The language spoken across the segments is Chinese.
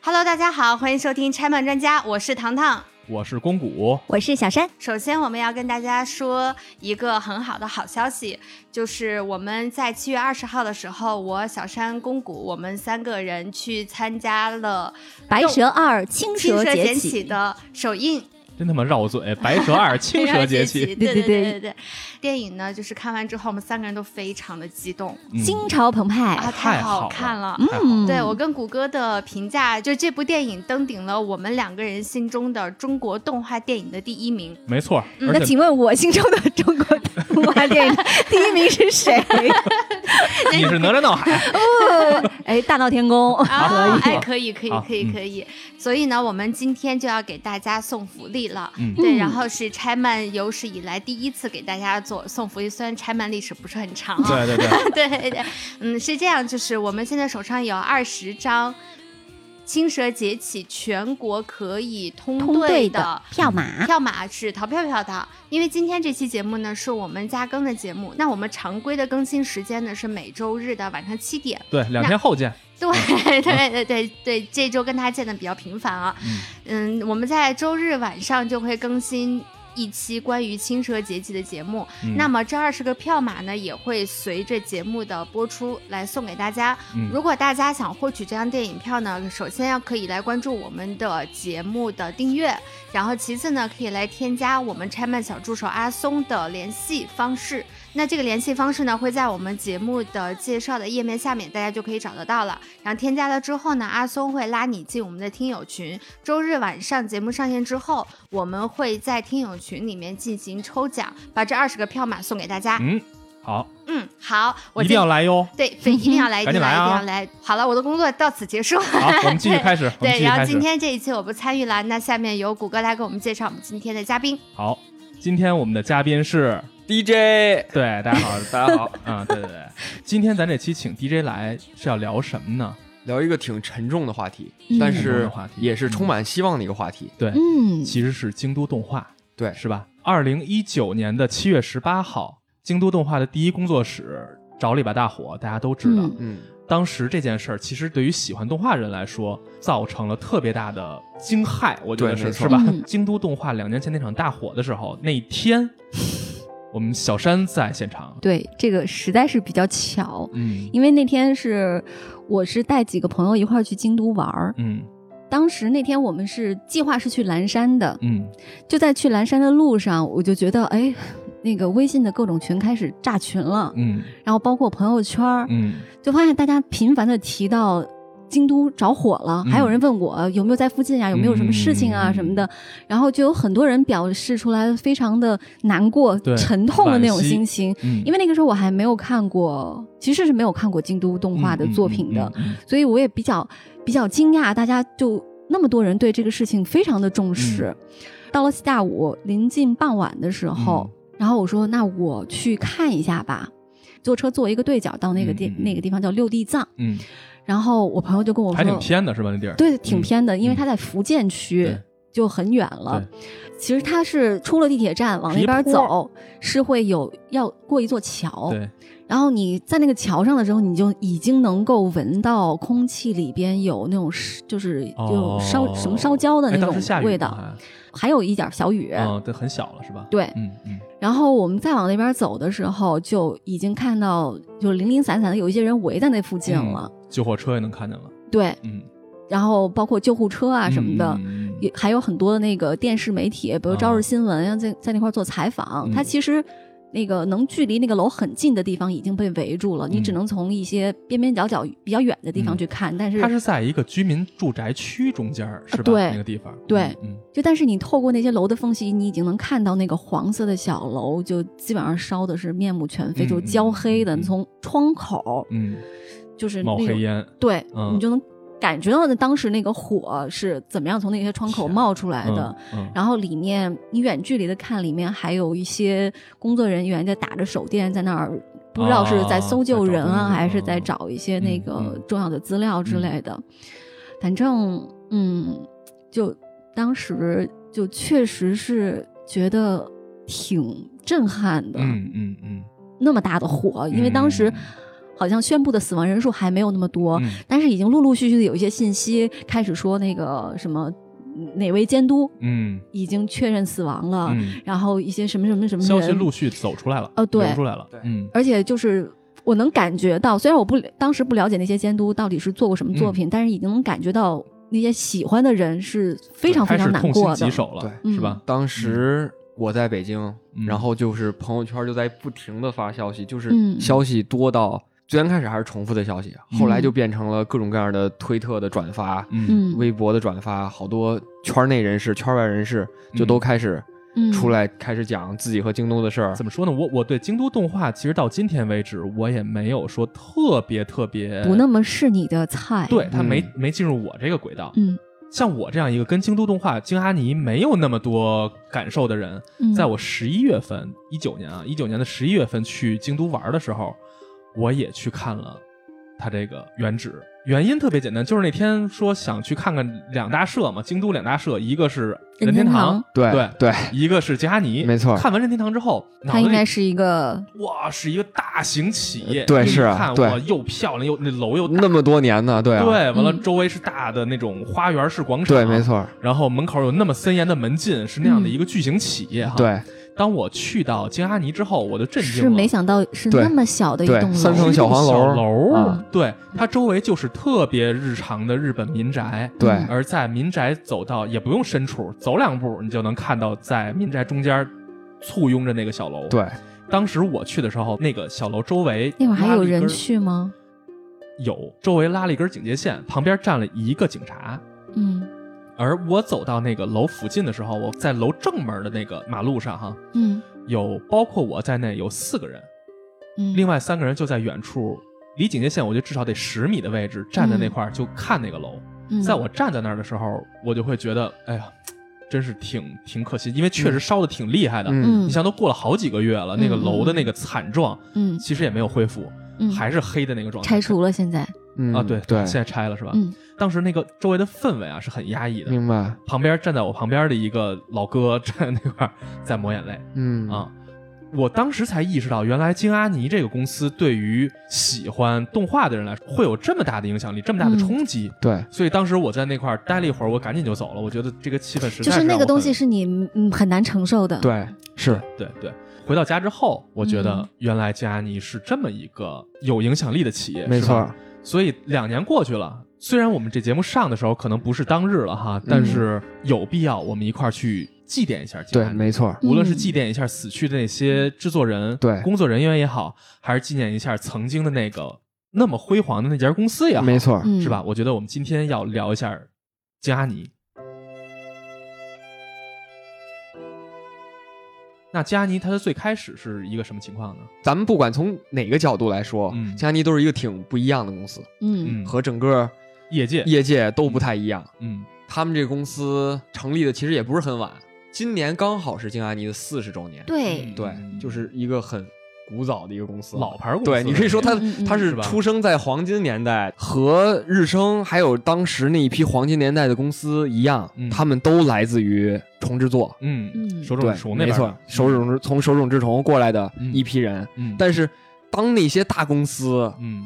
Hello，大家好，欢迎收听拆漫专家，我是糖糖。我是公谷，我是小山，首先，我们要跟大家说一个很好的好消息，就是我们在七月二十号的时候，我小山、公谷，我们三个人去参加了《白蛇二》青青蛇蛇劫捡起的首映，真他妈绕嘴！白蛇二青蛇劫节 气，对对对对对对对对。电影呢，就是看完之后，我们三个人都非常的激动嗯心潮澎湃。啊，太好好看了。太好了嗯，对我跟谷歌的评价，就这部电影登顶了我们两个人心中的中国动画电影的第一名。没错，而嗯那且请问我心中的中国动画电 影第一名是谁？你是哪吒闹 海，哦，哎，大闹天宫。啊，可以哎，可以，可以，好可以，嗯可以。所以呢，我们今天就要给大家送福利了。嗯对，然后是拆漫有史以来第一次给大家做送福利，虽然拆漫历史不是很长 啊。对对对，对对对，嗯，是这样，就是我们现在手上有二十张。青蛇节起，全国可以通通兑兑的票码，票码是淘票票的，因为今天这期节目呢是我们加更的节目，那我们常规的更新时间呢是每周日的晚上七点。对，两天后 见。对对对对对，这周跟大家见的比较频繁啊。嗯嗯，我们在周日晚上就会更新。一期关于青蛇节气的节目，嗯那么这二十个票码呢，也会随着节目的播出来送给大家。嗯如果大家想获取这张电影票呢，首先要可以来关注我们的节目的订阅，然后其次呢，可以来添加我们拆漫小助手阿松的联系方式。那这个联系方式呢，会在我们节目的介绍的页面下面，大家就可以找得到了。然后添加了之后呢，阿松会拉你进我们的听友群。周日晚上节目上线之后，我们会在听友群里面进行抽奖，把这二十个票码送给大家。嗯，好，嗯，好，我一定要来。来哟。对， 非一定要来，一赶定紧来，来一啊定要来。好了，我的工作到此结束。 好，我们继续开始，我们对，继续然后开今始。天这一期我不参与了，那下面由谷歌来给我们介绍我们今天的嘉宾。好，今天我们的嘉宾是， DJ，对，大家好， 大家好，啊，对对对，今天咱这期请 DJ 来是要聊什么呢？聊一个挺沉重的话题，嗯但沉重的是话题也是充满希望的一个话题。对，嗯，其实是京都动画，对，是吧？二零一九年的七月十八号，京都动画的第一工作室着了一把大火，大家都知道。嗯嗯，当时这件事儿，其实对于喜欢动画人来说，造成了特别大的惊骇，我觉得对是没错是吧？嗯京都动画两年前那场大火的时候，那一天，我们小山在现场，对，这个实在是比较巧，嗯因为那天是我是带几个朋友一块儿去京都玩儿，嗯当时那天我们是计划是去岚山的，嗯，就在去岚山的路上，我就觉得哎，那个微信的各种群开始炸群了，嗯然后包括朋友圈儿，嗯就发现大家频繁的提到京都着火了，嗯还有人问我有没有在附近啊，有没有什么事情啊嗯什么的，然后就有很多人表示出来非常的难过对、沉痛的那种惋惜心情，嗯，因为那个时候我还没有看过，其实是没有看过京都动画的作品的，嗯，嗯嗯嗯所以我也比较比较惊讶，大家就那么多人对这个事情非常的重视。嗯到了下午临近傍晚的时候，嗯然后我说那我去看一下吧，坐车坐一个对角到那个地、嗯嗯嗯那个地方叫六地藏，嗯，然后我朋友就跟我还挺说，偏的是吧？那地儿，对，挺嗯偏的，因嗯为他在福建区。对就很远了，其实他是出了地铁站往是一那边坡走，是会有要过一座桥，对，然后你在那个桥上的时候，你就已经能够闻到空气里边有那种是就是哦就烧、什么烧焦的哎那当时下种雨吗味道，还有一点小雨。还嗯，对，很小了是吧？对，嗯嗯然后我们再往那边走的时候，就已经看到就零零散散的有一些人围在那附近了。嗯，救火车也能看见了，对，嗯然后包括救护车啊什么的。嗯嗯嗯也还有很多的那个电视媒体，比如《朝日新闻》啊，在在那块儿做采访，嗯它其实那个能距离那个楼很近的地方已经被围住了，你嗯只能从一些边边角角比较远的地方嗯去看，但是它是在一个居民住宅区中间儿，是吧？啊对那个地方，对嗯，就但是你透过那些楼的缝隙，你已经能看到那个黄色的小楼，就基本上烧的是面目全非，嗯就焦黑的，嗯嗯嗯从窗口嗯就是嗯，那冒种黑烟，对，嗯你就能感觉到那当时那个火是怎么样从那些窗口冒出来的。啊嗯，嗯然后里面你远距离的看，里面还有一些工作人员在打着手电在那儿，不知道是在搜救人啊，啊还是在在找找一些那嗯个嗯重要的资料之类的。反正嗯，就当时就确实是觉得挺震撼的，嗯嗯嗯，那么大的火，因为当时嗯。好像宣布的死亡人数还没有那么多，嗯但是已经陆陆续续的有一些信息开始说那个什么哪位监督嗯已经确认死亡了，嗯，然后一些什么什么啊什么消息人陆续走出来了，呃对流出来了对，嗯而且就是我能感觉到，虽然我不当时不了解那些监督到底是做过什么嗯作品，但是已经能感觉到那些喜欢的人是非常非开始常难痛心过的嗯疾。首了，对是吧？当时我在北京，嗯然后就是朋友圈就在不停的发消息，就是嗯消息多到最刚开始还是重复的消息，啊嗯后来就变成了各种各样的推特的转发、嗯嗯，微博的转发，好多圈内人士、圈外人士就嗯都开始嗯出来开始讲自己和京东的事儿怎。么说呢？我我对京都动画其实到今天为止，我也没有说特别特别不那么是你的菜。对，它没、嗯没进入我这个轨道。嗯，像我这样一个跟京都动画、京阿尼没有那么多感受的人，嗯，在我十一月份，一九年啊，一九年的十一月份去京都玩的时候，我也去看了他这个原址。原因特别简单，就是那天说想去看看两大社嘛，京都两大社，一个是任任天天堂堂，对对对，一个是加尼。没错看完任天堂之后，脑他子应里该是一个哇，是一个大型企业，对你是啊看对哇，又漂亮又那楼又大，那么多年呢，对啊，对，完了嗯周围是大的那种花园式广场，对，没。错，然后门口有那么森严的门禁，是那样的嗯一个巨型企业哈。，对当我去到京阿尼之后，我就震惊了，是没想到是对那么小的一对栋三楼层。小黄楼小楼嗯啊对，它周围就是特别日常的日本民宅。对而在民宅走到也不用深处，走两步你就能看到，在民宅中间簇拥着那个小楼。，对，当时我去的时候，那个小楼周围那会儿还拉有了一人根，去吗？有周围拉了一根警戒线，旁边站了一个警察。嗯而我走到那个楼附近的时候，我在楼正门的那个马路上哈，嗯有包括我在内有四个人，嗯。另外，外三个人就在远处，离警戒线我就至少得十米的位置站在那块儿就看那个楼。嗯在我站在那儿的时候，我就会觉得，哎呀，真是挺挺可惜，因为确实烧的挺厉害的。嗯嗯，你像都过了好几个月了，那个嗯楼的那个惨状嗯其实也没有恢复，嗯，还是黑的那个状态。拆除了现在。嗯啊，对对，现在拆了是吧？嗯当时那个周围的氛围啊是很压抑的。明白，旁边站在我旁边的一个老哥站在那块儿在抹眼泪嗯啊。我当时才意识到，原来京阿尼这个公司对于喜欢动画的人来说会有这么大的影响力，这么大的冲击。嗯对，所以当时我在那块儿待了一会儿，我赶紧就走了。我觉得这个气氛实在就是是那让个我东很西是你嗯很难承受的。对，是，对对。回到家之后，我觉得嗯原来京阿尼是这么一个有影响力的企业，没是吧错，所以两年过去了，虽然我们这节目上的时候可能不是当日了哈，嗯但是有必要我们一块儿去祭奠一下京对阿，尼。没错，无论是祭奠一下死去的那些制作人、嗯对工作人员也好，还是纪念一下曾经的那个那么辉煌的那家公司也好，没，错，嗯，是吧？我觉得我们今天要聊一下京阿尼。那京阿尼它的最开始是一个什么情况呢？咱们不管从哪个角度来说，嗯佳妮都是一个挺不一样的公司，嗯？嗯，和整个业界，业界都不太一样。嗯他们这个公司成立的其实也不是很晚，今年刚好是京阿尼的四十周年。对，对，就是一个很古早的一个公司嗯了，老牌儿公司对，你可以说它嗯嗯嗯它是是吧出生在黄金年代，和日升还有当时那一批黄金年代的公司一样嗯，他们都来自于重制作。嗯，嗯手冢对治虫，那没边儿错的，手冢治从手冢治虫过来的一批人，嗯，但是当那些大公司嗯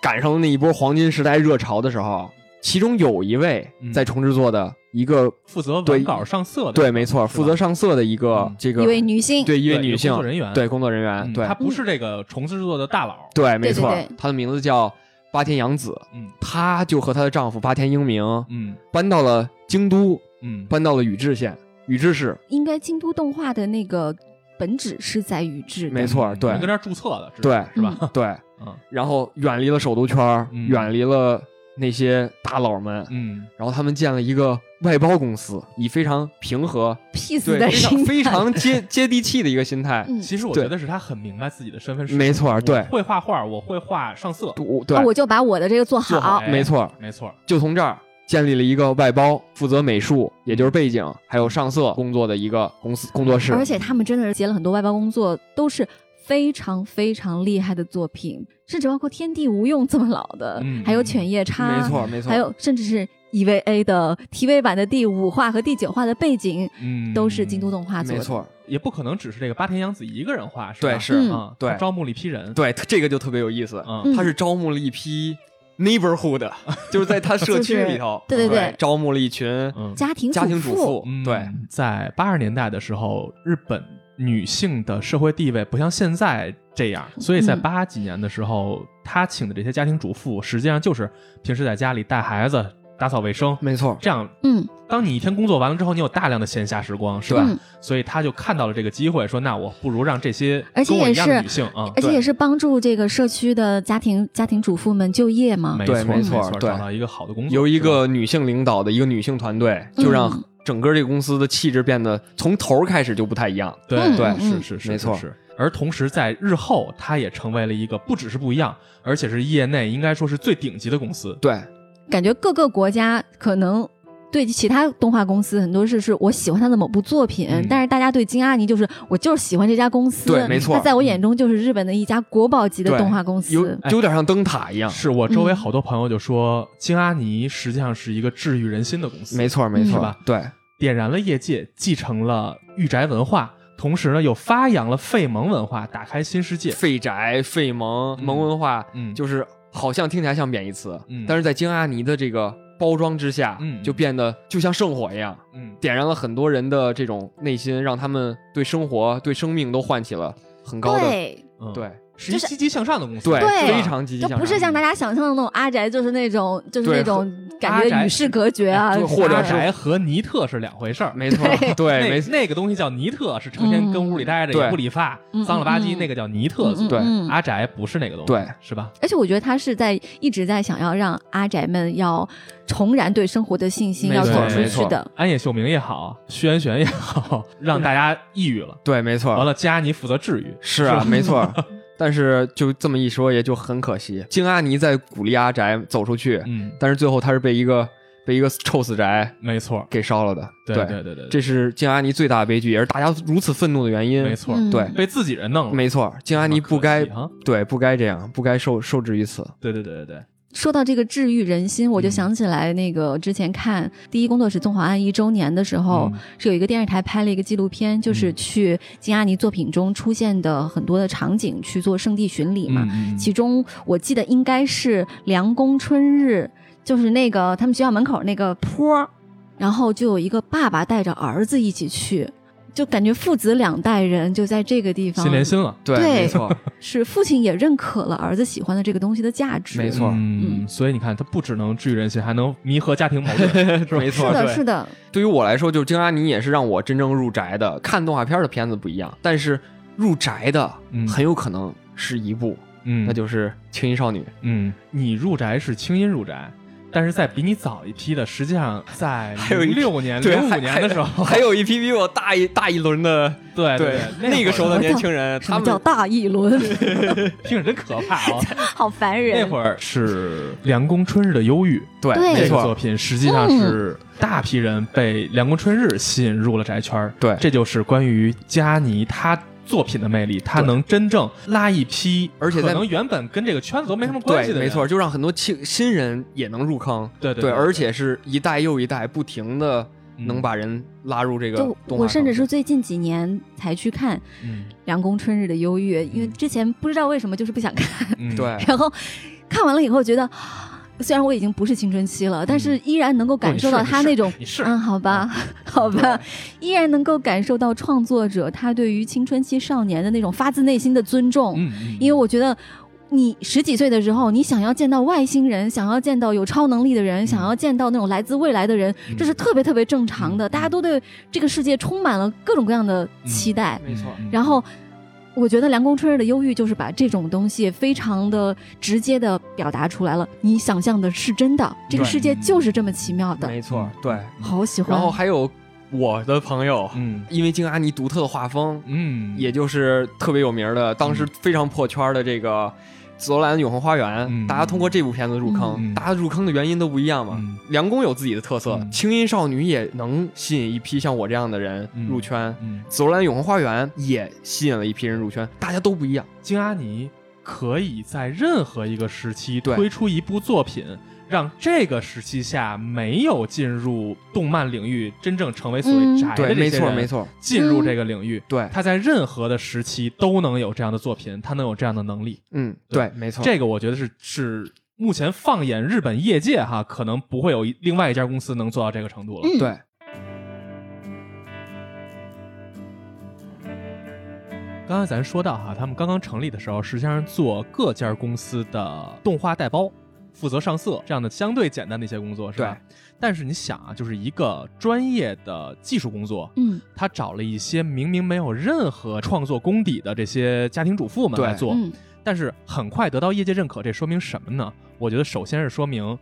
赶上了那一波黄金时代热潮的时候，其中有一位嗯在重制作的一个，负责对文稿上色的，对，没错，吧负责上色的一个嗯这个一位女性，对一位对一女个性工作人员对工作人员，嗯对他不是这个重制作的大佬，对，没错对对，她的名字叫八田洋子，嗯她就和她的丈夫八田英明嗯搬到了京都，嗯，搬到了宇治县。宇治市，应该京都动画的那个本质是在宇治的，没错嗯对跟这儿注册的，对是吧？对，嗯然后远离了首都圈儿，嗯远离了那些大佬们，嗯，然后他们建了一个外包公司，以非常平和、 ，peace 对的非常心非态常接 接地气的一个心态。嗯其实我对觉得是他很明白自己的身份是什么，没错儿，对我，会画画，我会画上色，我对那，我就把我的这个做做好好，哎没错儿，没错，就从这儿建立了一个外包负责美术，也就是背景还有上色工作的一个公司工作室。而且他们真的是接了很多外包工作，都是。非常非常厉害的作品，甚至包括《天地无用》这么老的，嗯还有《犬夜叉》，没错儿，没错儿，还有甚至是 EVA 的 TV 版的第五话和第九话的背景，嗯，都是京都动画做没的。错儿，也不可能只是这个八田洋子一个人画，是吧？对是嗯啊，对他招募了一批人，，对，这个就特别有意思，嗯嗯他是招募了一批 neighborhood，就是在他社区里头， 就是对对对招募了一群嗯，家庭家庭主妇，妇，对，嗯在八十年代的时候，日本女性的社会地位不像现在这样，所以在嗯八几年的时候，她请的这些家庭主妇，实际上就是平时在家里带孩子、打扫卫生，没错，这样。嗯，当你一天工作完了之后，你有大量的闲暇时光，是吧？嗯所以她就看到了这个机会，说：“那我不如让这些而且跟我也一样的是女性啊，而且对也是帮助这个社区的家庭家庭主妇们就业嘛。没对错，没错错，对找到一个好的工作，由一是吧个女性领导的一个女性团队，嗯就让整个这个公司的气质变得从头儿开始就不太一样。对嗯对是嗯是是，没错是。是而同时，在日后，它也成为了一个不只是不一样，而且是业内应该说是最顶级的公司。对，感觉各个国家可能对其他动画公司很多是是我喜欢他的某部作品，嗯但是大家对金阿尼就是我就是喜欢这家公司，对没错他在我眼中就是日本的一家国宝级的对动画公有司。就有点像灯塔一样。哎是我周围嗯好多朋友就说，金阿尼实际上是一个治愈人心的公司，没错，没是错吧，对，点燃了业界，继承了御宅文化，同时呢又发扬了费蒙文化，打开新世界。废宅、废萌、嗯萌文化，嗯，就是好像听起来像贬义词嗯，但是在京阿尼的这个包装之下嗯，就变得就像圣火一样，嗯，点燃了很多人的这种内心，让他们对生活、对生命都唤起了很高的对，嗯，对是一积极向上的公司，对对非常积极就向上，不是像大家想象的那种阿宅，就是那种就是啊对那种感阿觉宅与世隔绝啊，哎对或者阿是宅和尼特是两回事儿。没错，对，没那那个东西叫尼特，是成天跟屋里待着嗯也不理发对，脏了吧唧，嗯嗯那个叫尼特族。嗯嗯嗯阿宅不是那个东西，对，是吧？而且我觉得他是在一直在想要让阿宅们要重燃对生活的信心，没要错走出没去错的。安野秀明也好，徐元玄也好，让大家抑郁了。对，没错，完了，加尼负责治愈，是啊，没 错儿。但是就这么一说，也就很可惜。京阿尼在鼓励阿宅走出去，嗯，但是最后他是被一个被一个臭死宅没错，给烧了的。对对对对，这是京阿尼最大的悲剧，也是大家如此愤怒的原因。没错，嗯对被自己人弄了。没错儿，京阿尼不该可惜啊，对不该这样，不该受受制于此。对对对对对，说到这个治愈人心，我就嗯想起来那个之前看《第一工作室纵火案》一周年的时候，嗯是有一个电视台拍了一个纪录片，就是嗯去金阿尼作品中出现的很多的场景去做圣地巡礼嘛。嗯嗯其中我记得应该是梁公春日，就是那个他们学校门口那个坡儿，然后就有一个爸爸带着儿子一起去，就感觉父子两代人就在这个地方心连心了。对，对 没错，是父亲也认可了儿子喜欢的这个东西的价值。没错嗯，所以你看，它不只能治愈人心，还能弥合家庭矛 盾，是吧？没是错。的，对，是的，对于我来说，就是京阿尼也是让我真正入宅的。看动画片的片子不一样，但是入宅的嗯很有可能是一部，嗯，那就是《青衣少女》。嗯，你入宅是清音入宅，但是在比你早一批的，实际上在还有一零六年、对哎零五还年的时候，哎还有一批比我大一大一轮的，对对对，那个时候的我年懂轻呃人，什他么叫们大议论？听着真可怕 啊！ 好烦人。那会儿是《梁公春日的忧郁》对这对没个作错，品，实际嗯上是大批人被《梁公春日》吸引入了宅圈儿。对这就是关于佳妮她。作品的魅力，她对能真正拉一批，而且在可能原本跟这个圈子都没什么关系对，的人，没错，，就让很多新新人也能入坑，对对对，而且是一代又一代不停的嗯能把人拉入这个就动画我甚至坑是最近几年才去看《嗯梁公春日的忧郁》，因为嗯之前不知道为什么就是不想看， 嗯，对，然后看完了以后觉得，虽然我已经不是青春期了，但是依然能够感受到他那嗯种。哦你是嗯，好吧， 好吧，依然能够感受到创作者他对于青春期少年的那种发自内心的尊重，嗯，嗯因为我觉得。你十几岁的时候，你想要见到外星人，想要见到有超能力的人，嗯想要见到那种来自未来的人，嗯这是特别特别正常的。嗯大家都对这个世界充满了各种各样的期待。没错，嗯然后，我觉得《凉宫春日的忧郁》就是把这种东西非常的直接的表达出来了。你想象的是真的，这个世界就是这么奇妙的。没错，对。好喜欢。然后还有我的朋友，嗯因为京阿尼独特的画风，嗯，也就是特别有名的，当时非常破圈的这个。泽兰永恒花园，嗯大家通过这部片子入坑，嗯大家入坑的原因都不一样嘛。嗯梁宫有自己的特色，嗯青音少女也能吸引一批像我这样的人嗯入圈。嗯，走兰永恒花园也吸引了一批人入圈，大家都不一样。京阿尼可以在任何一个时期对推出一部作品，让这个时期下没有进入动漫领域真正成为所谓嗯宅的对，这没些错，嗯没人错，进入这个领域，对，他在任何的时期都能有这样的作品，他能有这样的能力。嗯，对对，没错，这个我觉得是是目前放眼日本业界哈，可能不会有一另外一家公司能做到这个程度了。嗯，对，刚才咱说到哈，他们刚刚成立的时候，实际上做各家公司的动画带包，负责上色这样的相对简单的一些工作，是吧？但是你想啊，就是一个专业的技术工作，嗯他找了一些明明没有任何创作功底的这些家庭主妇们对来做，嗯但是很快得到业界认可，这说明什么呢？我觉得首先是说明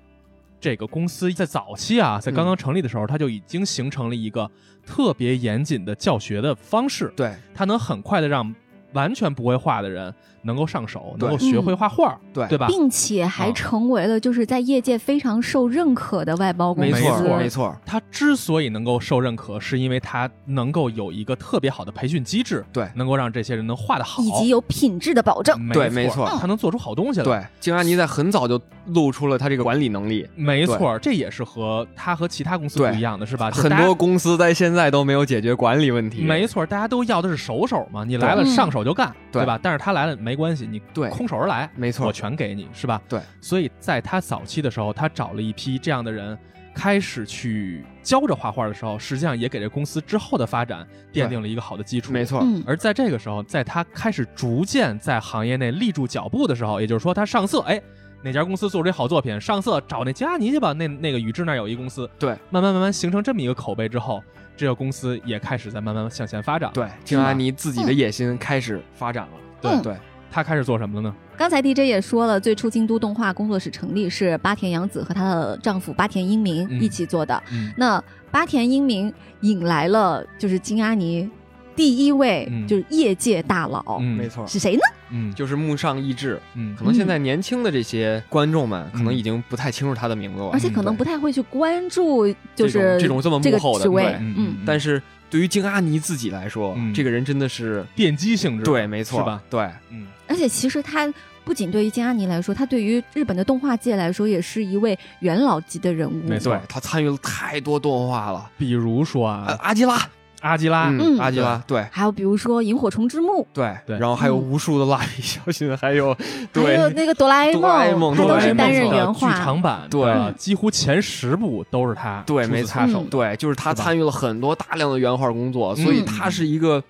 这个公司在早期啊，在刚刚成立的时候，它就已经形成了一个特别严谨的教学的方式，对，它能很快的让完全不会画的人能够上手，对嗯能够学会画画，对对吧？并且还啊成为了就是在业界非常受认可的外包公没司，错，没错，它之所以能够受认可，是因为它能够有一个特别好的培训机制，对能够让这些人能画得好，嗯以及有品质的保证。对没没错它能做出好东西来。对，京阿尼在很早就露出了他这个管理能力，没错，这也是和它和其他公司不对一样的，是吧？啊就是很大家多公司在现在都没有解决管理问题，没错，大家都要的是熟手嘛，你来了嗯上手就干，对对吧？但是他来了没关系，你对空手而来，没错我全给你，是吧？对，所以在他早期的时候，他找了一批这样的人，开始去教着画画的时候，实际上也给这公司之后的发展对奠定了一个好的基础。没。错，嗯，而在这个时候，在他开始逐渐在行业内立住脚步的时候，也就是说，他上色，哎，哪家公司做出这好作品，上色找那吉拉尼去吧。那那个宇治那儿有一公司，对，慢慢慢慢形成这么一个口碑之后，这个公司也开始在慢慢向前发展了。对，京阿尼自己的野心开始发展了，对对，他开始做什么了呢？刚才 DJ 也说了，最初京都动画工作室成立是八田洋子和她的丈夫八田英明嗯一起做的。嗯，那八田英明引来了就是金阿尼第一位嗯就是业界大佬、没，错，是谁呢？嗯，就是木上义志，嗯可能现在年轻的这些观众们可能嗯已经不太清楚他的名字了，而且可能对不太会去关注，就是这种这么幕这个后的职位对。嗯但是对于京阿尼自己来说，嗯这个人真的是电击性质，对，没错，是吧？对，嗯，而且其实他不仅对于金阿尼来说，他对于日本的动画界来说也是一位元老级的人物。没错对他参与了太多动画了，比如说呃啊，阿基拉，阿基拉，嗯，嗯阿基拉，对还有比如说《萤火虫之墓对对然后还有嗯无数的蜡笔小新，还有》，还有对那个哆啦 A 哆啦 A 梦他哆都啦 A 是梦担任的原剧画。嗯场版对的几乎前十部都是他，对，出自没他错手嗯，对，就是他是吧参与了很多大量的原画工作，所以嗯他是一个，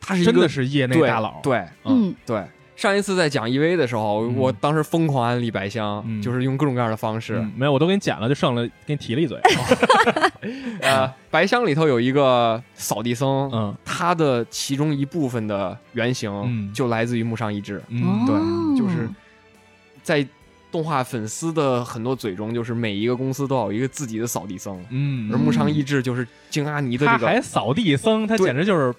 他是一真个的是业内对大佬，，对嗯，对。上一次在讲 EV 的时候，嗯我当时疯狂安利白香，嗯就是用各种各样的方式。嗯没有，我都给你剪了，就剩了给你提了一嘴，呃，白香里头有一个扫地僧，嗯他的其中一部分的原型嗯就来自于木上一志，嗯，对哦，就是在动画粉丝的很多嘴中，就是每一个公司都有一个自己的扫地僧，嗯，而木上一志就是京阿尼的他这个还扫地僧，他对简直就是，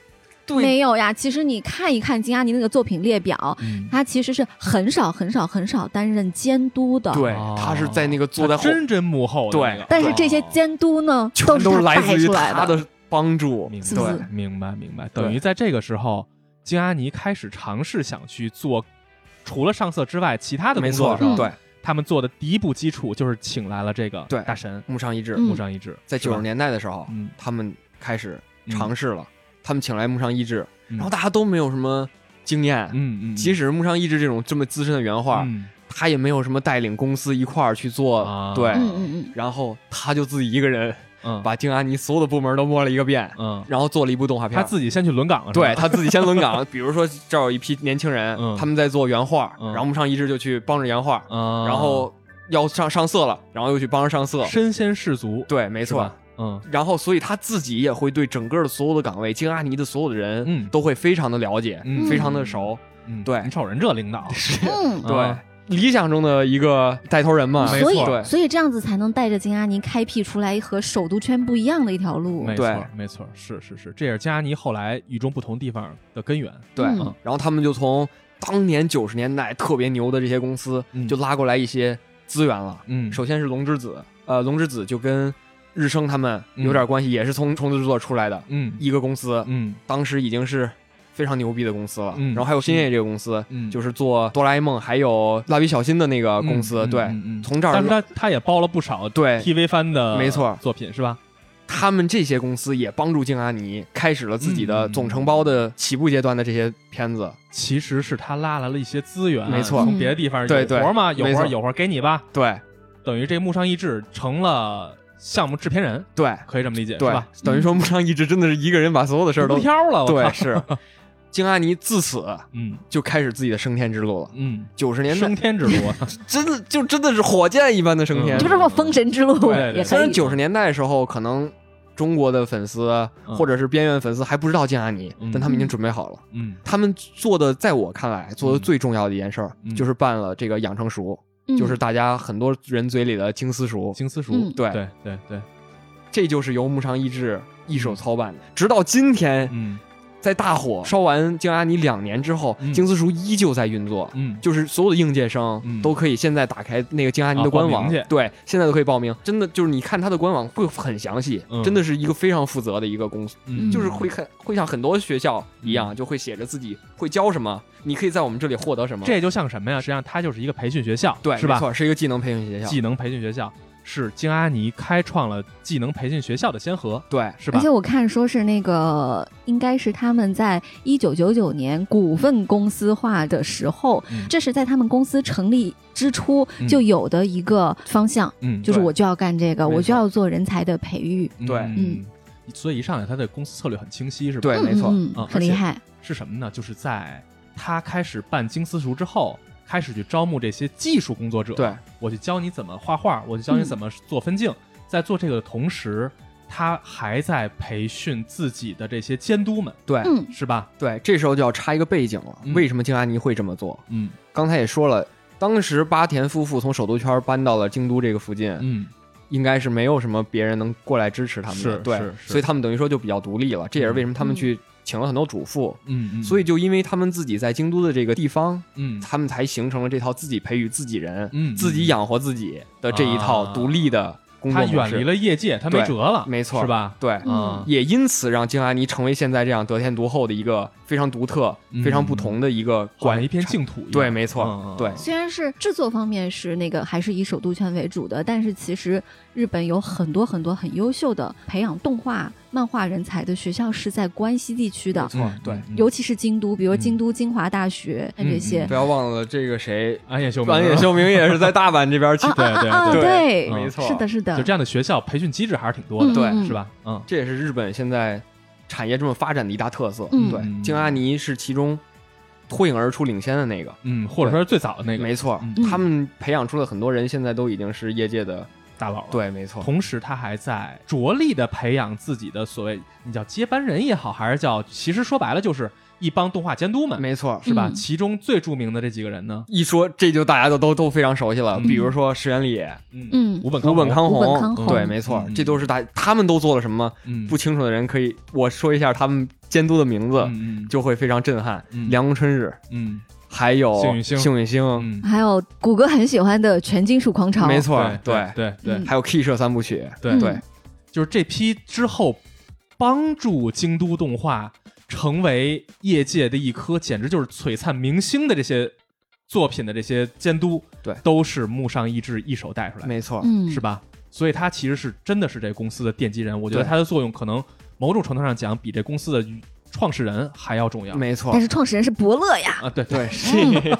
对没有呀。其实你看一看金阿尼那个作品列表，嗯他其实是很少、很少、很少担任监督的。对哦，他是在那个坐在他后，真真幕后的对那个，但是这些哦监督呢，全是都他是来带自于出来他。的帮助明，是不对是，明白，明白。等于在这个时候，金阿尼开始尝试想去做除了上色之外其他的没工作错的时候，嗯对，他们做的第一步基础就是请来了这个对大神木上一志嗯木上一志，在是九吧十，年代的时候，嗯，他们开始嗯尝，试了，他们请来木上一志，嗯然后大家都没有什么经验。嗯嗯，即使木上一志这种这么资深的原画，嗯他也没有什么带领公司一块儿去啊做，对，嗯嗯然后他就自己一个人嗯把京阿尼所有的部门都摸了一个遍，嗯，然后做了一部动画片他儿。自己先去轮岗了，是吧对，他自己先轮岗， 比如说这儿有一批年轻人嗯，他们在做原画，嗯然后木上一志就去帮着原画，啊，然后要上上色了，然后又去帮着上色。身先士卒，对，没没错。，嗯然后，所以他自己也会对整个的所有的岗位，京阿尼的所有的人嗯都会非常的了解，嗯非常的熟。嗯，对你瞅人这 领导，嗯对啊，理想中的一个带头人嘛，没所以错嗯对，所以这样子才能带着金阿尼开辟出来和首都圈不一样的一条路。没对错没错，是是是，这也是金阿尼后来与众不同地方的根源，对嗯。然后他们就从当年九十年代特别牛的这些公司嗯，就拉过来一些资源了。嗯，首先是龙之子，呃，龙之子就跟日升他们有点关系，也是从虫子制作出来的嗯一个公司，嗯当时已经是非常牛逼的公司了。嗯然后还有新锐这个公司，嗯就是做哆啦 A 梦还有蜡笔小新的那个公司，嗯对，嗯嗯嗯从这儿但是他他也包了不少对 TV 番的没错作品是吧？他们这些公司也帮助静阿尼开始了自己的嗯总承包的起步阶段的这些片子。其实是他拉来了一些资源，没错嗯从别的地方对对有活嘛，有没活错有活给你吧，对等于这个木上一志成了项目制片人，对可以这么理解是对吧？，等于说木上一直真的是一个人把所有的事儿不 都挑了，我对操，是。静阿尼自此嗯就开始自己的升天之路了。嗯，九十年代升天之路，啊 真的就真的是火箭一般的升天嗯就。是说封神之路对对也虽可然以。九十年代的时候，可能中国的粉丝啊嗯或者是边缘粉丝还不知道静阿尼嗯，但他们已经准备好了。嗯他们做的，在我看来做的最重要的一件事儿嗯，就是办了这个养成塾，就是大家很多人嘴里的金丝塾。金丝鼠嗯，对，对对对，这就是由木上一志一手操办的，直到今天，嗯在大火烧完静阿尼两年之后嗯，金丝塾依旧在运作。嗯，就是所有的应届生嗯都可以现在打开那个静安尼啊的报官名网，去对，现在都可以报名。真的就是你看他的官网会很详细，嗯真的是一个非常负责的一个公司，嗯就是会看会像很多学校一样，就会写着自己会教什么，你可以在我们这里获得什么。这就像什么呀？实际上它就是一个培训学校，对，是没吧？错，是一个技能培训学校。技能培训学校是京阿尼开创了技能培训学校的先河，对，是吧而且？我看说是那个，应该是他们在一九九九年股份公司化的时候，嗯这是在他们公司成立之初嗯就有的一个方向，嗯，就是对我就要干这个，没错我就要做人才的培育，嗯对嗯，所以一上来他的公司策略很清晰，是吧？对没错嗯，啊嗯很厉害，是什么呢？就是在他开始办金丝塾之后，开始去招募这些技术工作者。对，我去教你怎么画画，我去教你嗯怎么做分镜。在做这个的同时，他还在培训自己的这些监督们，对，嗯是吧？对，这时候就要插一个背景了，嗯为什么静安尼会这么做？嗯刚才也说了。当时八田夫妇从首都圈搬到了京都这个附近，嗯，应该是没有什么别人能过来支持他们的，是对是，是所以他们等于说就比较独立了。这也是为什么他们去请了很多主妇，嗯嗯，所以就因为他们自己在京都的这个地方，嗯他们才形成了这套自己培育自己人、嗯，自己养活自己的这一套啊独立的工作他模式。远离了业界，他没对辙了，没错嗯是吧？对，啊，也因此让京阿尼成为现在这样得天独厚的一个非常独特、嗯非常不同的一个管一片净土一样，对没错嗯对虽然是制作方面是那个还是以首都圈为主的，但是其实日本有很多很多很优秀的培养动画、漫画人才的学校是在关西地区的，没错对，尤其是京都，比如嗯京都精华大学嗯这些嗯不。要忘了这个谁，安野秀明，啊安野秀明啊也是在大阪这边起啊对对啊啊！对对，没错是的，是的，就这样的学校培训机制还是挺多的，嗯对嗯是吧？嗯这也是日本现在产业这么发展的一大特色。嗯对，京阿尼是其中脱颖而出、领先的那个。嗯，或者说是最早的那个没错，嗯他们培养出了很多人，现在都已经是业界的。大佬了。对，没错，同时他还在着力的培养自己的所谓你叫接班人也好，还是叫其实说白了就是一帮动画监督们，没错。是吧？嗯其中最著名的这几个人呢，一说这就大家都都都非常熟悉了，嗯比如说石原里野、嗯五本古本康康弘古弘，本康弘对，没错，嗯这都是大他们都做了什么？嗯不清楚的人可以我说一下他们监督的名字，嗯嗯就会非常震撼。嗯凉宫春日，嗯还有幸运星幸运星嗯，还有谷歌很喜欢的《全金属狂潮》，没错，对对对嗯还有 K 社三部曲，对嗯对，就是这批之后帮助京都动画成为业界的一颗简直就是璀璨明星的这些作品的这些监督，对都是木上一志一手带出来的。没错，嗯，是？吧？所以他其实是真的是这公司的奠基人，我觉得对他的作用可能某种程度上讲比这公司的创始人还要重要。没错但，是创始人是伯乐呀，啊，对，对，是嗯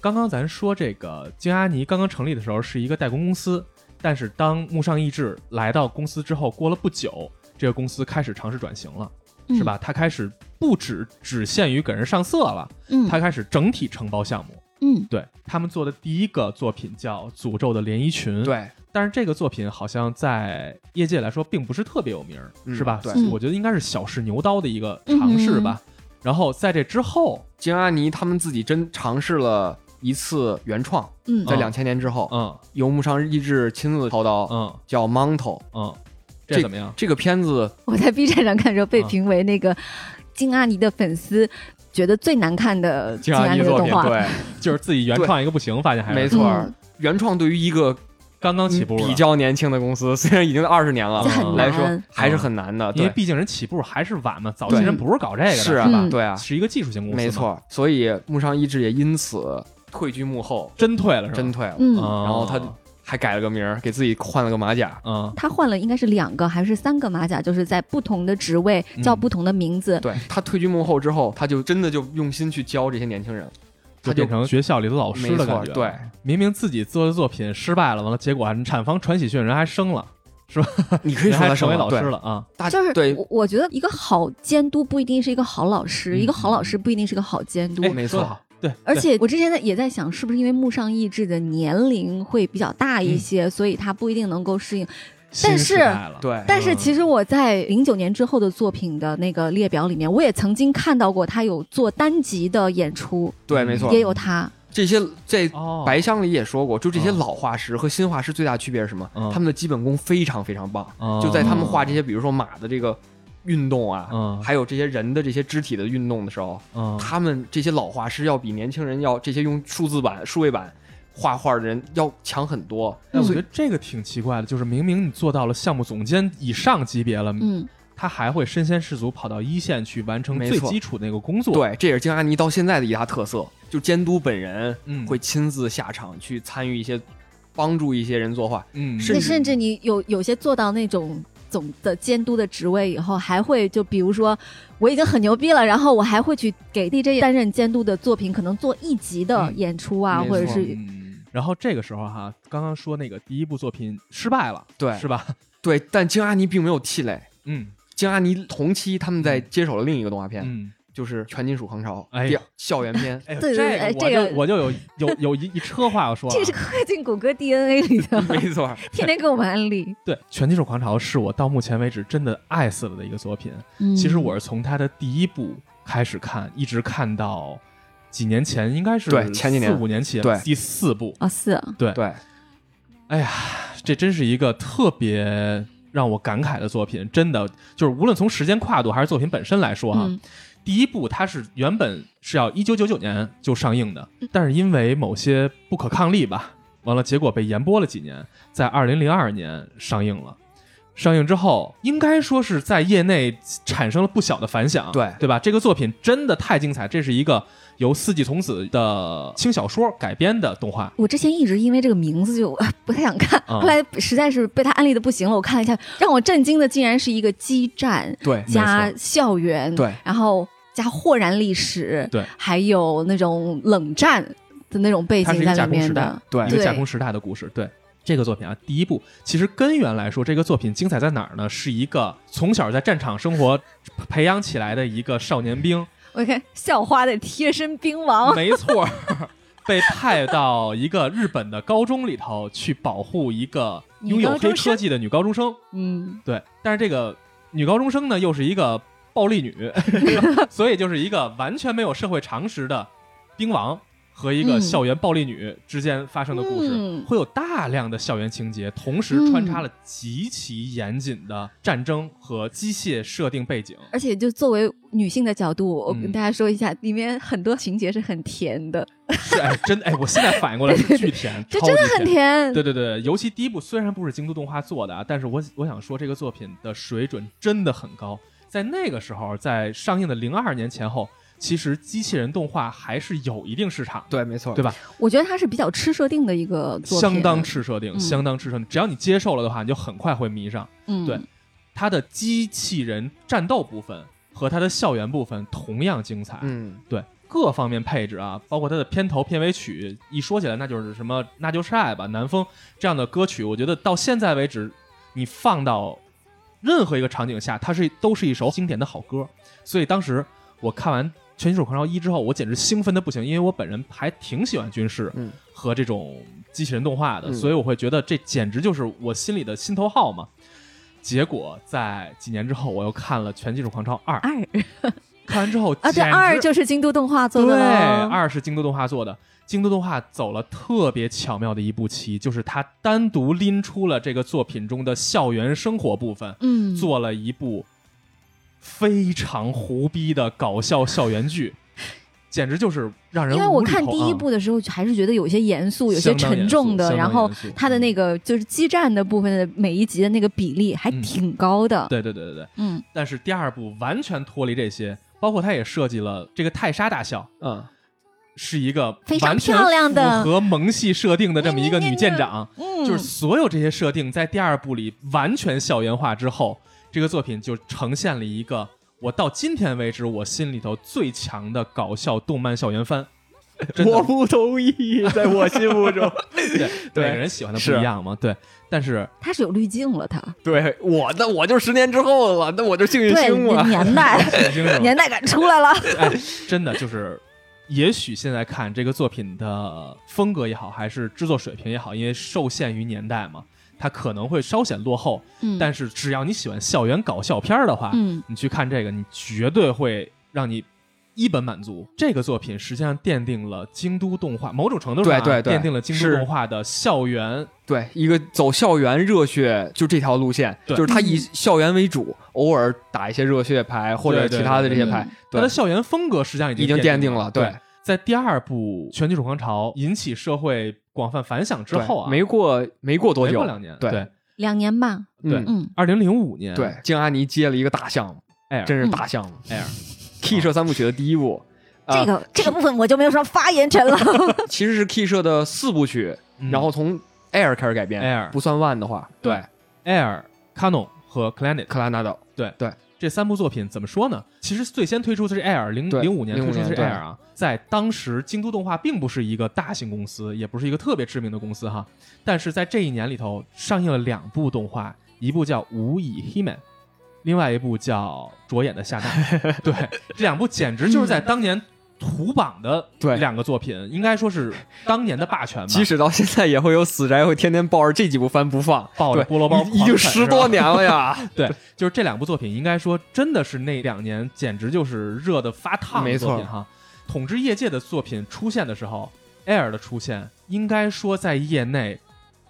刚刚咱说这个京阿尼刚刚成立的时候是一个代工公司，但是当木上义志来到公司之后，过了不久，这个公司开始尝试转型了，是吧？他开始不只只限于给人上色了，嗯，他开始整体承包项目。嗯对他们做的第一个作品叫《诅咒的连衣裙》，对，但是这个作品好像在业界来说并不是特别有名儿，嗯是吧？对我觉得应该是小试牛刀的一个尝试吧。然后在这之后，金阿尼他们自己真尝试了一次原创，嗯在嗯两千年之后，嗯由木上一志亲自操刀，嗯叫《Manto》。嗯，这怎么样？这个片子 我在 B 站上看的时候被啊评为那个金阿尼的粉丝觉得最难看的金阿阿尼的作动品，画，对，就是自己原创一个不行，发现还是没错嗯，原创对于一个刚刚起步了比较年轻的公 司，虽然已经二十年了这很来说难，还是很难的。嗯因为对，毕竟人起步还是晚嘛，早期对人不是搞这个的，嗯是吧啊，嗯对啊，是一个技术型公司，没，错。所以木上一志也因此退居幕后，真退了是吧？真退了。嗯，啊，然后他还改了个名儿，给自己换了个马甲。嗯，他换了应该是两个还是三个马甲，就是在不同的职位叫嗯不同的名字。对他退居幕后之后，他就真的就用心去教这些年轻人，他就变成学校里的老师没的错感觉，，对，明明自己做的作品失败了，完了结果还产房传喜讯，人还生了， 你可人以说还他成为什么老师，对了啊，大就是对，我我觉得一个好监督不一定是一个好老师，嗯一个好老师不一定是个好监督。哎没说得错，好，对，而对且我之前在也在想，是不是因为木上义志的年龄会比较大一些，所以他不一定能够适应。新时代了对，但是其实我在零九年之后的作品的那个列表里面，我也曾经看到过他有做单集的演出，对，没错也，有他。这些在哦，白箱里也说过，就这些嗯老画师和新画师最大区别是什么嗯？他们的基本功非常非常棒，嗯就在他们画这些，比如说马的这个运动啊，嗯还有这些人的这些肢体的运动的时候，嗯他们这些老画师要比年轻人要这些用数字版、数位版画画的人要强很多。哎，我所觉以得这个挺奇怪的，就是明明你做到了项目总监以上级别了，嗯，他还会身先士卒跑到一线去完成没最错基础那个工作。，对，这也是京阿尼到现在的一大特色，就监督本人嗯，会，亲自下场去参与一些，帮助一些人作画。嗯，甚那至甚至你有有些做到那种总的监督的职位以后，还会就比如说我已经很牛逼了，然后我还会去给 DJ 担任监督的作品，可能做一集的嗯演出啊，没或者错是嗯。然后这个时候哈，刚刚说那个第一部作品失败了，对是吧？对，但京阿尼并没有气馁。嗯京阿尼同期他们在接手了另一个动画片，嗯，就是《全金属狂潮》哎。第二校园篇哎呦，对对对哎这个这我个就我就有有有一一车话要说了啊， 这是刻进谷歌 DNA 里的， 没错， 天天给我们安利。对《全金属狂潮》是我到目前为止真的爱死了的一个作品。嗯其实我是从他的第一部开始看，一直看到几年前，应该是对前几年四五年前对第四部。啊是啊对，哎呀，这真是一个特别让我感慨的作品，真的就是无论从时间跨度还是作品本身来说哈、嗯第一部它是原本是要一九九九年就上映的，嗯但是因为某些不可抗力吧，完了结果被延播了几年，在二零零二年上映了。上映之后，应该说是在业内产生了不小的反响，对对吧？这个作品真的太精彩，这是一个由四季童子的轻小说改编的动画，我之前一直因为这个名字就 不太想看，嗯后来实在是被他安利的不行了，我看了一下，让我震惊的竟然是一个基站对加校园，对，然后加霍然历史，对，还有那种冷战的那种背它是景一个在架里空面时代的，，对一个对架空时代的故事。对这个作品啊，第一部其实根源来说，这个作品精彩在哪儿呢？是一个从小在战场生活培养起来的一个少年兵，我看校花的贴身兵王，没错儿，被派到一个日本的高中里头去保护一个拥有女高黑中生科技的女高中生。嗯，对，但是这个女高中生呢，又是一个暴力女， 所以就是一个完全没有社会常识的兵王和一个嗯校园暴力女之间发生的故事，嗯会有大量的校园情节，同时穿插了极其严谨的战争和机械设定背景。 而且就作为女性的角度，我嗯跟大家说一下，里面很多情节是很甜的，是哎，真哎，我现在反应过来是巨 甜，就超真的级很 甜，对对对，尤其第一部虽然不是京都动画做的啊，但是我我想说这个作品的水准真的很高。在那个时候，在上映的零二年前后，其实机器人动画还是有一定市场的，对，没错，对吧？我觉得它是比较吃设定的一个作品，相当吃设定，嗯相当吃设定。只要你接受了的话，你就很快会迷上。嗯，对它的机器人战斗部分和它的校园部分同样精彩。嗯，对各方面配置啊，包括它的片头、片尾曲，一说起来那就是什么那就是爱吧、南风这样的歌曲，我觉得到现在为止，你放到任何一个场景下，它是都是一首经典的好歌。所以当时我看完《全金属狂潮一》之后，我简直兴奋的不行，因为我本人还挺喜欢军事嗯和这种机器人动画的，嗯所以我会觉得这简直就是我心里的心头好嘛。结果在几年之后，我又看了《全金属狂潮二》，二看完之后啊啊，对，简直二就是京都动画做的对，了，二是京都动画做的。京都动画走了特别巧妙的一步棋，就是它单独拎出了这个作品中的校园生活部分，嗯，做了一部非常胡逼的搞笑校园剧。简直就是让人因为无我厘头看第一啊部的时候，还是觉得有些严肃，有些相当沉严重肃的，相然当后严肃它的那个就是激战的部分的每一集的那个比例还嗯挺高的。对对对对对。嗯，但是第二部完全脱离这些，包括它也设计了这个泰莎大校嗯， 是一个非常完全漂亮的符合萌系设定的这么一个女舰长，嗯就是所有这些设定在第二部里完全校园化之后，这个作品就呈现了一个我到今天为止我心里头最强的搞笑动漫校园番。真的我不同意， 在我心目中，对，对每个人喜欢的不是一样嘛，对。但 是它是有滤镜了，它 对我，那我就十年之后了，那我就幸运对星啊了。年代 已经是年代感出来 了。哎，真的就是，也许现在看这个作品的风格也好，还是制作水平也好，因为受限于年代嘛，它可能会稍显落后。嗯，但是只要你喜欢校园搞笑片儿的话，嗯你去看这个，你绝对会让你。一本满足这个作品，实际上奠定了京都动画某种程度上啊、对对对奠定了京都是动画的校园对，一个走校园热血就这条路线，对就是他以嗯校园为主，偶尔打一些热血牌或者对对其他的这些对牌，它对的，校园风格实际上已经已经奠定了。对，对，在第二部《全剧主狂潮》引起社会广泛反响之对后啊，没过没过多没久，过两年，对对，两年吧，对嗯嗯，二零零五年，对，京阿尼接了一个大项目， Air 真是嗯大项目。 Air， K 哦社三部曲的第一部，啊这个这个部分我就没有什么发言权了。其实是 K 社的四部曲，嗯然后从 Air 开始改编 Air 不算 One 的话，对， Air、Canon 和 Planet 克拉纳岛，这三部作品怎么说呢？其实最先推出的是 Air，零对零五年推出的是05年 Air 啊，在当时京都动画并不是一个大型公司，也不是一个特别知名的公司哈，但是在这一年里头上映了两部动画，一部叫《无以 Heman》。另外一部叫《灼眼的夏娜》， 对，这两部简直就是在当年土榜的对两个作品，应该说是当年的霸权吧。即使到现在也会有死宅会天天抱着这几部番不放，抱着对菠萝包已狂已经啃十是吧多年 了呀，对，就是这两部作品，应该说真的是那两年简直就是热的发烫的没错作品哈。统治业界的作品出现的时候，Air 的出现，应该说在业内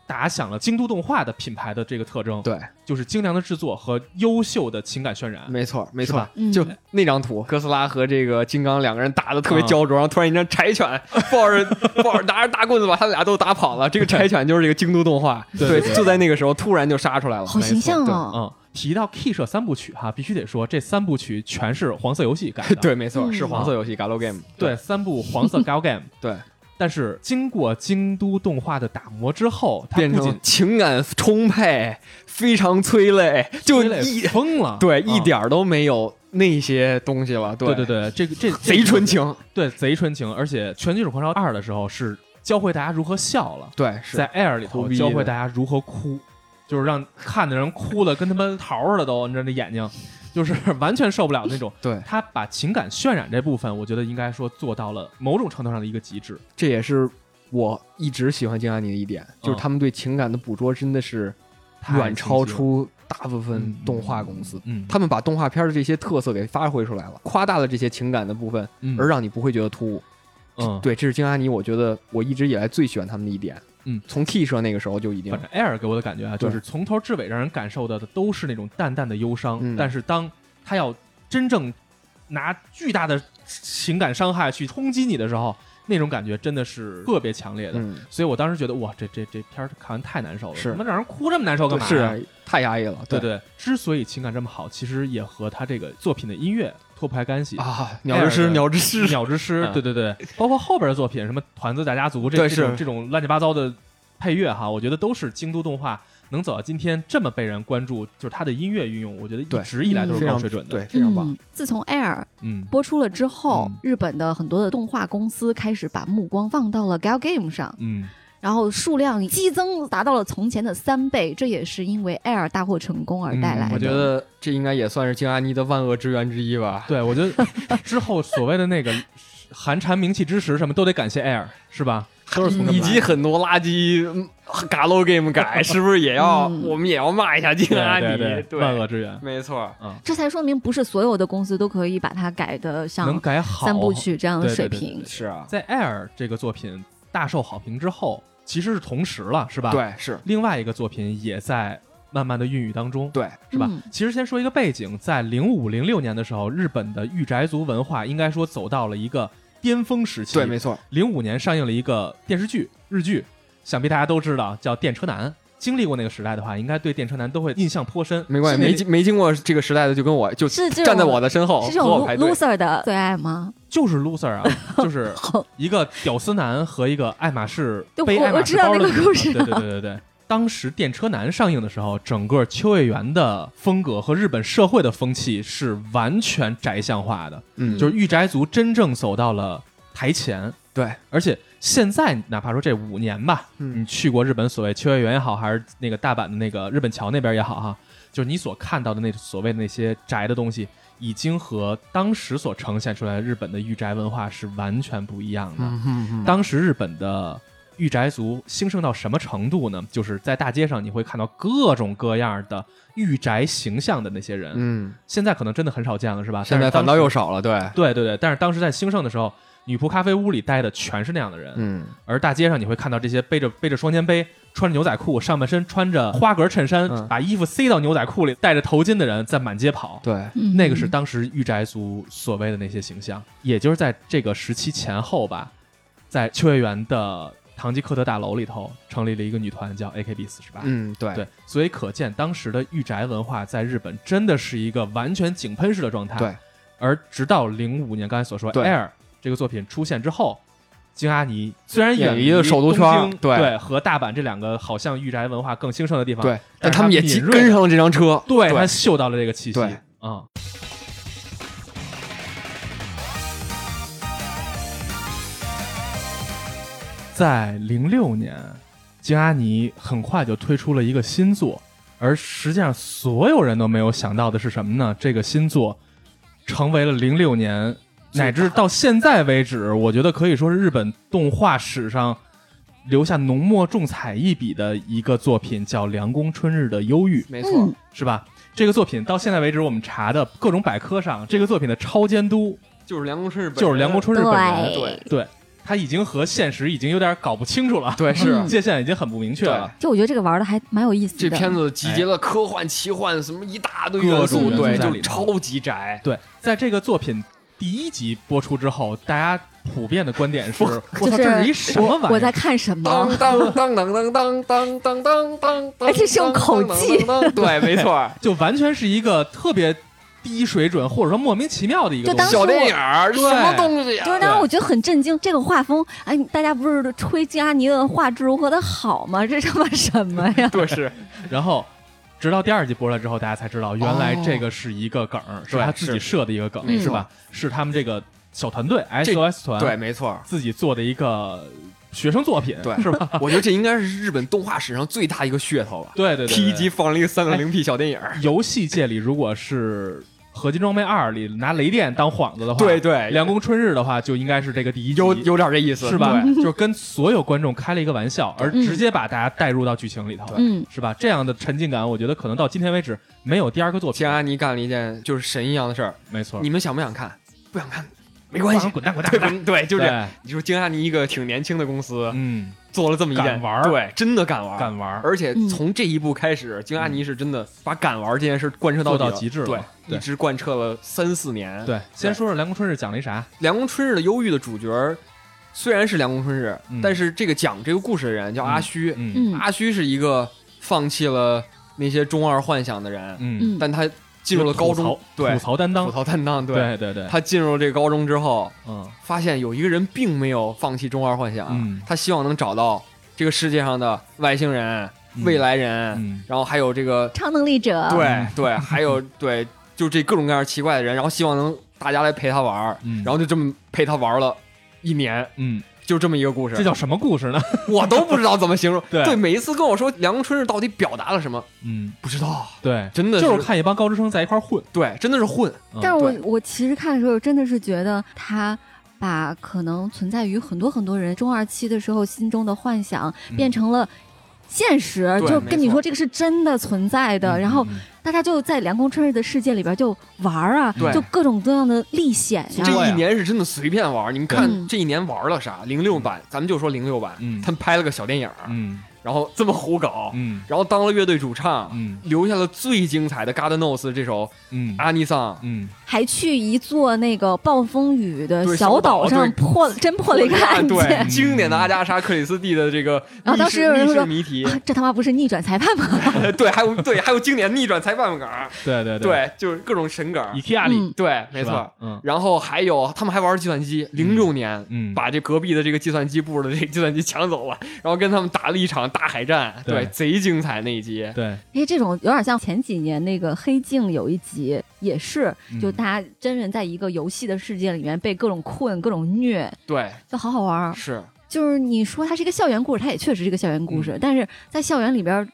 打响了京都动画的品牌的这个特征，对，就是精良的制作和优秀的情感渲染。没错没是错吧，嗯就那张图，哥斯拉和这个金刚两个人打的特别焦灼，然后突然一张柴犬抱着抱着拿着大棍子把他们俩都打跑了，这个柴犬就是这个京都动画，对对对就在那个时候突然就杀出来了，，好形象嗯，哦，提到 K 社三部曲哈，必须得说这三部曲全是黄色游戏改的 对，没错，嗯是黄色游戏 Galo Game，对，三部黄色 Gal Game。 对，但是经过京都动画的打磨之后，它变不仅成情感充沛，非常催泪，就催泪一疯了，对啊一点儿都没有那些东西了，对对对，这个这贼纯，情，这对贼纯情，而且《全金属狂潮二》的时候是教会大家如何笑了，对是在 Air 里胡头逼教的会大家如何哭，就是让看的人哭的跟他妈桃儿似的都，你知道那眼睛，就是 完全受不了那种。对，他把情感渲染这部分，我觉得应该说做到了某种程度上的一个极致。这也是我一直喜欢金阿尼的一点，就是他们对情感的捕捉真的是太远超清晰了，出大部分动画公司。嗯，他们把动画片的这些特色给发挥出来了，夸大了这些情感的部分，嗯而让你不会觉得突兀。嗯，对，这是金阿尼，我觉得我一直以来最喜欢他们的一点。嗯，从 T 社那个时候就已经反正 Air 给我的感觉啊，对就是从头至尾让人感受到的都是那种淡淡的忧伤，嗯但是当他要真正拿巨大的情感伤害去冲击你的时候，那种感觉真的是特别强烈的。嗯，所以我当时觉得，哇，这这这片儿看完太难受了，是他妈让人哭这么难受干嘛呀？是太压抑了。对对对，之所以情感这么好，其实也和他这个作品的音乐脱不开干系。啊，鸟之诗， Air 鸟之诗，鸟之诗，嗯对对对，包括后边的作品，什么团子大家族这对这种是这种乱七八糟的配乐哈，我觉得都是京都动画能走到今天这么被人关注，就是它的音乐运用，我觉得对嗯一直以来都是非高常水准的。对，非常棒。嗯。自从 Air 嗯，播出了之后，嗯日本的很多的动画公司开始把目光放到了 Gal Game 上，嗯然后数量激增达到了从前的三倍，这也是因为 Air 大获成功而带来嗯的。我觉得这应该也算是金阿尼的万恶之源之一吧。对，我觉得 之后所谓的那个寒蝉鸣泣之时什么都得感谢 Air 是 吧？都是从这么以来及很多垃圾嗯 Galo Game 改，是不是也要嗯我们也要骂一下金阿对尼？对啊对，万恶之源，没错，这才说明不是所有的公司都可以把它改的能像改好三部曲这样的对对水对对平。是啊，在 Air 这个作品大受好评之后，其实是同时了是吧？，对是，另外一个作品也在慢慢的孕育当中。对是吧？嗯其实先说一个背景，在零五零六年的时候，日本的御宅族文化应该说走到了一个巅峰时期。对，没错，零五年上映了一个电视剧，日剧，想必大家都知道，叫《电车男》。经历过那个时代的话，应该对电车男都会印象颇深。没关是系，那没经没经过这个时代的，就跟我就是这种站在我的身后是这和我种排队。 loser 的最爱 吗？就是 loser 啊，就是好一个屌丝男和一个爱马仕对背我爱马仕我知道包的那个故事女的对对对对对。当时《电车男》上映的时候，整个秋叶原的风格和日本社会的风气是完全宅相化的，嗯，就是御宅族真正走到了台前。对，而且现在哪怕说这五年吧，嗯你去过日本所谓秋叶原也好，还是那个大阪的那个日本桥那边也好哈，就是你所看到的那所谓的那些宅的东西，已经和当时所呈现出来的日本的御宅文化是完全不一样的。嗯嗯嗯，当时日本的御宅族兴盛到什么程度呢？就是在大街上你会看到各种各样的御宅形象的那些人，嗯，现在可能真的很少见了，是吧？现在但是当反时倒又少了，对，对对对，但是当时在兴盛的时候，女仆咖啡屋里待的全是那样的人，嗯，而大街上你会看到这些背着背着双肩背、穿着牛仔裤、上半身穿着花格衬衫、嗯把衣服塞到牛仔裤里、戴着头巾的人在满街跑。对，嗯那个是当时御宅族所谓的那些形象，也就是在这个时期前后吧，在秋叶原的唐吉诃德大楼里头成立了一个女团，叫 AKB 四十八。嗯，对，对，所以可见当时的御宅文化在日本真的是一个完全井喷式的状态。对，而直到零五年刚才所说《对 Air》这个作品出现之后，京阿尼虽然远远离了首都圈儿东京对对和大阪这两个好像御宅文化更兴盛的地方，对，但但是他们也他紧敏锐跟上了这辆车，对，他嗅到了这个气息。对嗯，在零六年，京阿尼很快就推出了一个新作，而实际上所有人都没有想到的是什么呢？这个新作成为了零六年乃至到现在为止，我觉得可以说是日本动画史上。留下浓墨重彩一笔的一个作品叫《凉宫春日的忧郁》，没错，嗯，是吧？这个作品到现在为止，我们查的各种百科上，这个作品的超监督就是哎梁公春日，就是梁国，春日本人，对对他已经和现实已经有点搞不清楚了，对，是啊 嗯界限已经很不明确了。就我觉得这个玩的还蛮有意思这的。片子集结了科幻、奇幻什么一大堆各元种素，元素对，在就里头超级宅，对，在这个作品第一集播出之后，大家普遍的观点是：我 就操，这是一什么玩意啊儿？我在看什么？当当当当当当当当当当，哎这是用口技当，当当对，没错，就完全是一个特别低水准，或者说莫名其妙的一个就当东时西。小电影儿什对么东西呀？就是当时我觉得很震惊，这个画风，哎，大家不是吹金阿尼的画质如何的好吗？这他妈什么 呀？对，是然后。直到第二集播出来之后，大家才知道，原来这个是一个梗儿，是哦对他自己是设的一个梗，没是吧？是他们这个小团队 SOS 团，对，没错。自己做的一个学生作品，对是吧？我觉得这应该是日本动画史上最大一个噱头吧。对对对对哎第一集放了一个三个零 P 小电影儿，游戏界里，如果是《合金装备二》里拿雷电当幌子的话，对《对，凉宫春日》的话，就应该是这个第一集，有有点这意思，是吧？对就是跟所有观众开了一个玩笑，而直接把大家带入到剧情里头，嗯，是吧？这样的沉浸感，我觉得可能到今天为止没有第二个作品金。阿尼干了一件就是神一样的事儿，没错，你们想不想看？不想看，没关系放，滚蛋滚蛋对滚蛋！不 对，就这样。嗯对，你说金阿尼一个挺年轻的公司，嗯，做了这么一件敢玩儿对，真的敢玩儿，敢玩儿，而且从这一步开始，金阿尼是真的把敢玩儿这件事贯彻到做底到极致了对，对一直贯彻了三四年。，对。先说说《凉宫春日》讲了一啥？ 《凉宫春日的忧郁》的主角儿虽然是凉宫春日嗯，但是这个讲这个故事的人叫阿虚，嗯嗯阿虚是一个放弃了那些中二幻想的人，嗯，嗯，但他进入了高中，吐槽对吐，槽担当吐，槽担当，对，对对对，他进入这个高中之后，嗯发现有一个人并没有放弃中二幻想，嗯他希望能找到这个世界上的外星人、嗯未来人，嗯然后还有这个超能力者，对对，还有对，就这各种各样奇怪的人，然后希望能大家来陪他玩儿，嗯然后就这么陪他玩了一年，嗯，就这么一个故事，这叫什么故事呢？我都不知道怎么形容。 对每一次跟我说梁春日到底表达了什么，嗯，不知道，对，真的就是是看一帮高中生在一块儿混。嗯对，真的是混，但是我对我其实看的时候，真的是觉得他把可能存在于很多很多人中二期的时候心中的幻想，嗯变成了现实，对就没跟你错说这个是真的存在的。然后嗯嗯大家就在凉宫春日的世界里边就玩儿啊，对就各种各样的历险啊对呀、这一呀年是真的随便玩儿。你们看嗯这一年玩了啥？零六版，咱们就说零六版，嗯他们拍了个小电影儿，嗯然后这么胡搞，嗯然后当了乐队主唱，嗯留下了最精彩的《God Knows》这首嗯阿尼桑，嗯还去一座那个暴风雨的对小小岛岛上对破了，真破了一个案件 对，。经典的阿加莎·克里斯蒂的这个然后当时有人密说室 谜题，呃啊这他妈不是逆转裁判吗？ 对，还有对，还有经典逆转裁判梗儿，对对，对，就是各种神梗儿伊，提亚里嗯对，没是错吧。嗯然后还有他们还玩计算机，零六年。嗯，把这隔壁的这个计算机部的这个 计算机抢走了，然后跟他们打了一场大海战，对对，贼精彩那一集。对，因为这种有点像前几年那个《黑镜》有一集也是，就嗯大家真人在一个游戏的世界里面被各种困、各种虐，对，就好好玩儿。是就是你说它是一个校园故事，它也确实是一个校园故嗯事，但是在校园里边儿，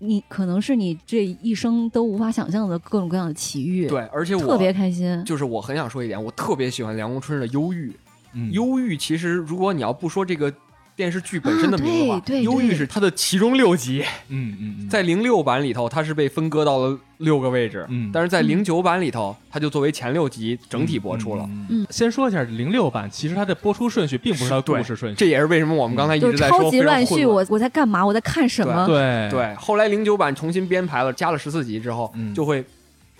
你可能是你这一生都无法想象的各种各样的奇遇，对，而且我特别开心。就是我很想说一点，我特别喜欢梁咏春的《忧郁》。嗯忧郁其实如果你要不说这个电视剧本身的名字的啊话， 对对忧郁是它的其中六集，嗯嗯嗯，在零六版里头它是被分割到了六个位置，嗯但是在零九版里头它就作为前六集整体播出了。嗯。嗯嗯嗯先说一下零六版，其实它的播出顺序并不是它的故事顺序，这也是为什么我们刚才一就直是在超说级非常乱混序，我我在干嘛？我在看什么？对对。后来零九版重新编排了，加了十四集之后，嗯就会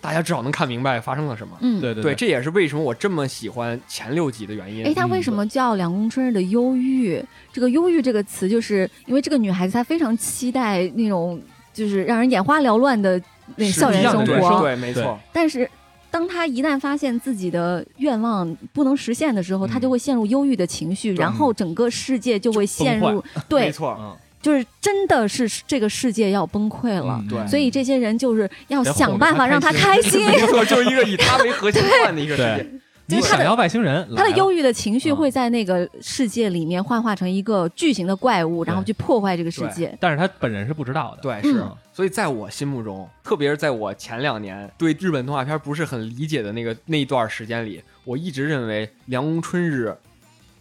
大家至少能看明白发生了什么。嗯，对对对，这也是为什么我这么喜欢前六集的原因。哎，它为什么叫梁公春日的忧郁？这个“忧郁”这个词，就是因为这个女孩子她非常期待那种就是让人眼花缭乱的那是校园一样生的人活，生对，没对错，但是。当她一旦发现自己的愿望不能实现的时候，她嗯就会陷入忧郁的情绪，对然后整个世界就会陷入没 对，错，嗯，就是真的是这个世界要崩溃了。嗯对所以这些人就是要得哄想着办她法让她开开心， 没错，就是一个以他为 核心换的一个世界。你就是他的想要外星人，他的来了忧郁的情绪嗯会在那个世界里面幻化成一个巨型的怪物，然后去破坏这个世界。但是他本人是不知道的。对，是嗯，所以在我心目中，特别是在我前两年对日本动画片不是很理解的那个那一段时间里，我一直认为《凉宫春日》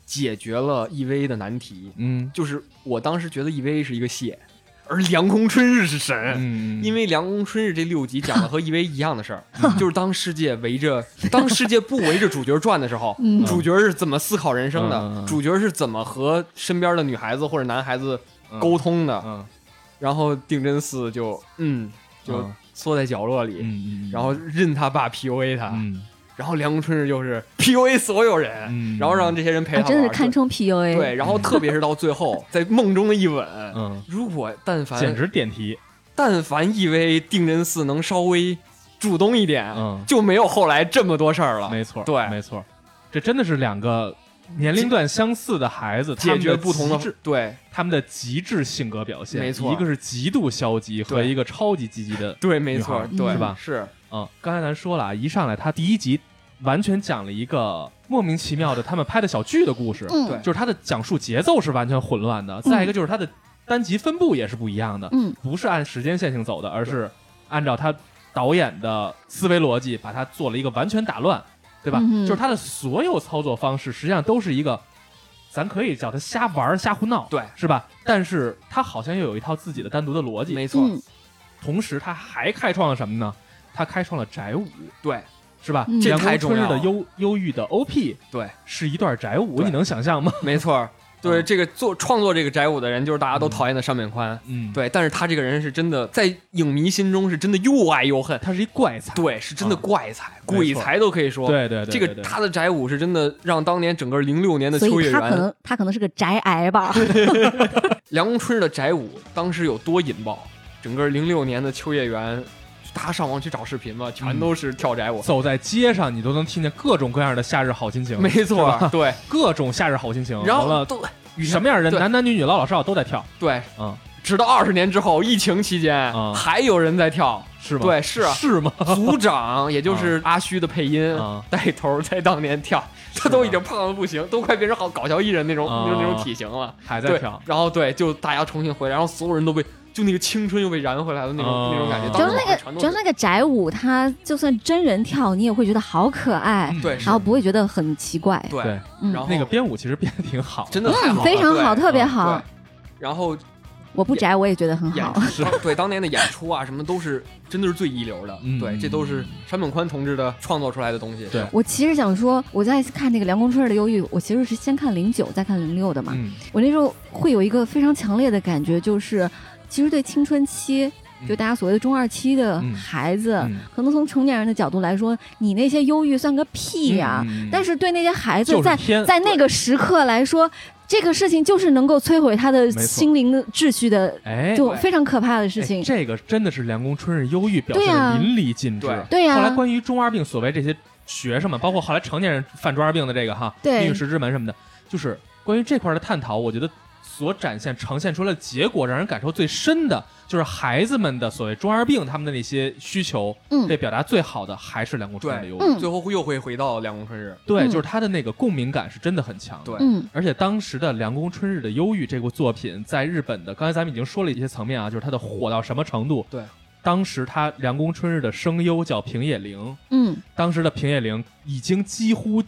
解决了 EVA 的难题，嗯就是我当时觉得 EVA 是一个蟹，而《凉宫春日》是神。嗯，因为为《凉宫春日》这六集讲的和 EVA 一样的 事儿，就是当世界围着当世界不围着主角转的时候，嗯主角是怎么思考人生嗯嗯的嗯，主角是怎么和身边的女孩子或者男孩子沟通的，嗯然后定真寺就嗯就嗯缩在角落里，嗯，嗯然后任他爸 PUA 他，嗯然后梁公春日就是 PUA 所有人，嗯然后让这些人陪啊，他玩儿、真的是堪称对 PUA。对，然后特别是到最后在梦中的一吻，嗯，如果但简凡直点题。但凡 EVA 定真寺能稍微主动一点，嗯就没有后来这么多事儿了。没错，哎对没错，这真的是两个年龄段相似的孩子，他解们决不同的极致对他们的极致性格表现，没错一个是极度消极和对一个超级积极的，对，没错，女孩对是吧是嗯，刚才咱说了啊，一上来他第一集完全讲了一个莫名其妙的他们拍的小剧的故事，嗯，对嗯就是他的讲述节奏是完全混乱的，再一个就是他的单集分布也是不一样的，嗯，不是按时间线性走的，而是按照他导演的思维逻辑把它做了一个完全打乱，对吧？嗯哼就是他的所有操作方式实际上都是一个，咱可以叫他瞎玩儿瞎胡闹，对是吧？但是他好像又有一套自己的单独的逻辑，没错，嗯，同时他还开创了什么呢？他开创了宅舞，对是吧嗯？这阳太光重春日要的了忧忧郁的 OP 对，是一段宅舞，对你能想象吗？没错，对嗯这个做创作这个宅舞的人，就是大家都嗯讨厌的上面宽。嗯，，对，但是他这个人是真的，在影迷心中是真的又爱又恨，他是一怪才，对，是真的怪才、嗯没错鬼才都可以说。对对对，这对个对他的宅舞是真的让当年整个零六年的所秋以叶他可原能他可能是个宅癌吧。梁公春日的宅舞当时有多引爆，整个零六年的秋叶原，大家上网去找视频吧，全都是跳宅舞。走在街上，你都能听见各种各样的夏日好心情，没错嗯是吧儿，对，各种夏日好心情。然完后了，都什么样的人，对男男女女、老老少少都在跳，对，嗯，直到二十年之后，疫情期间啊还有人在 跳。是吗？对，是啊，是吗？组长，也嗯就是阿虚的配音啊带头在当年跳，他都已经胖的不行，都快变成好搞笑艺人那种啊那种那种体型了。还在对跳，，然后对，就大家重新回来，然后所有人都被就那个青春又被燃回来的那种啊那种感觉，主要当是时那个网上全主要都是那是个宅舞，它就算真人跳，你也会觉得好可爱，嗯对是然后不会觉得很奇怪。对对，，嗯然后那个编舞其实编的挺好的，啊真的太好了，非常好，对特别好对。然后我不宅，我也觉得很演好。出 当对当年的演出啊，什么都是真的是最一流的嗯，对，这都是山本宽同志的创作出来的东西，对 我其实想说，我在看那个《梁公春日的忧郁》，我其实是先看零九，再看零六的嘛。嗯我那时候会有一个非常强烈的感觉，就是其实对青春期嗯就大家所谓的中二期的嗯孩子，嗯可能从成年人的角度来说，你那些忧郁算个屁呀、嗯嗯嗯啊但是对那些孩子就是在，在 偏那个时刻来说，这个事情就是能够摧毁他的错心灵的秩序的，哎，就对非常可怕的事哎情。这个真的是梁公春日忧郁表现对啊的淋漓尽致。对对啊呀、后来关于中二病，所谓这些学生们，包括后来成年人犯中二病的这个哈，对命运石之门什么的，就是关于这块的探讨，我觉得所展现呈现出来的结果，让人感受最深的就是孩子们的所谓中二病，他们的那些需求嗯被表达最好的还是梁公春日的忧郁。嗯最后又会回到梁公春日。对，嗯就是他的那个共鸣感是真的很强的。对嗯而且当时的《凉宫春日的忧郁》这部作品，在日本的，刚才咱们已经说了一些层面啊，就是它的火到什么程度。对，当时他《凉宫春日》的声优叫平野绫，嗯，当时的平野绫已经几乎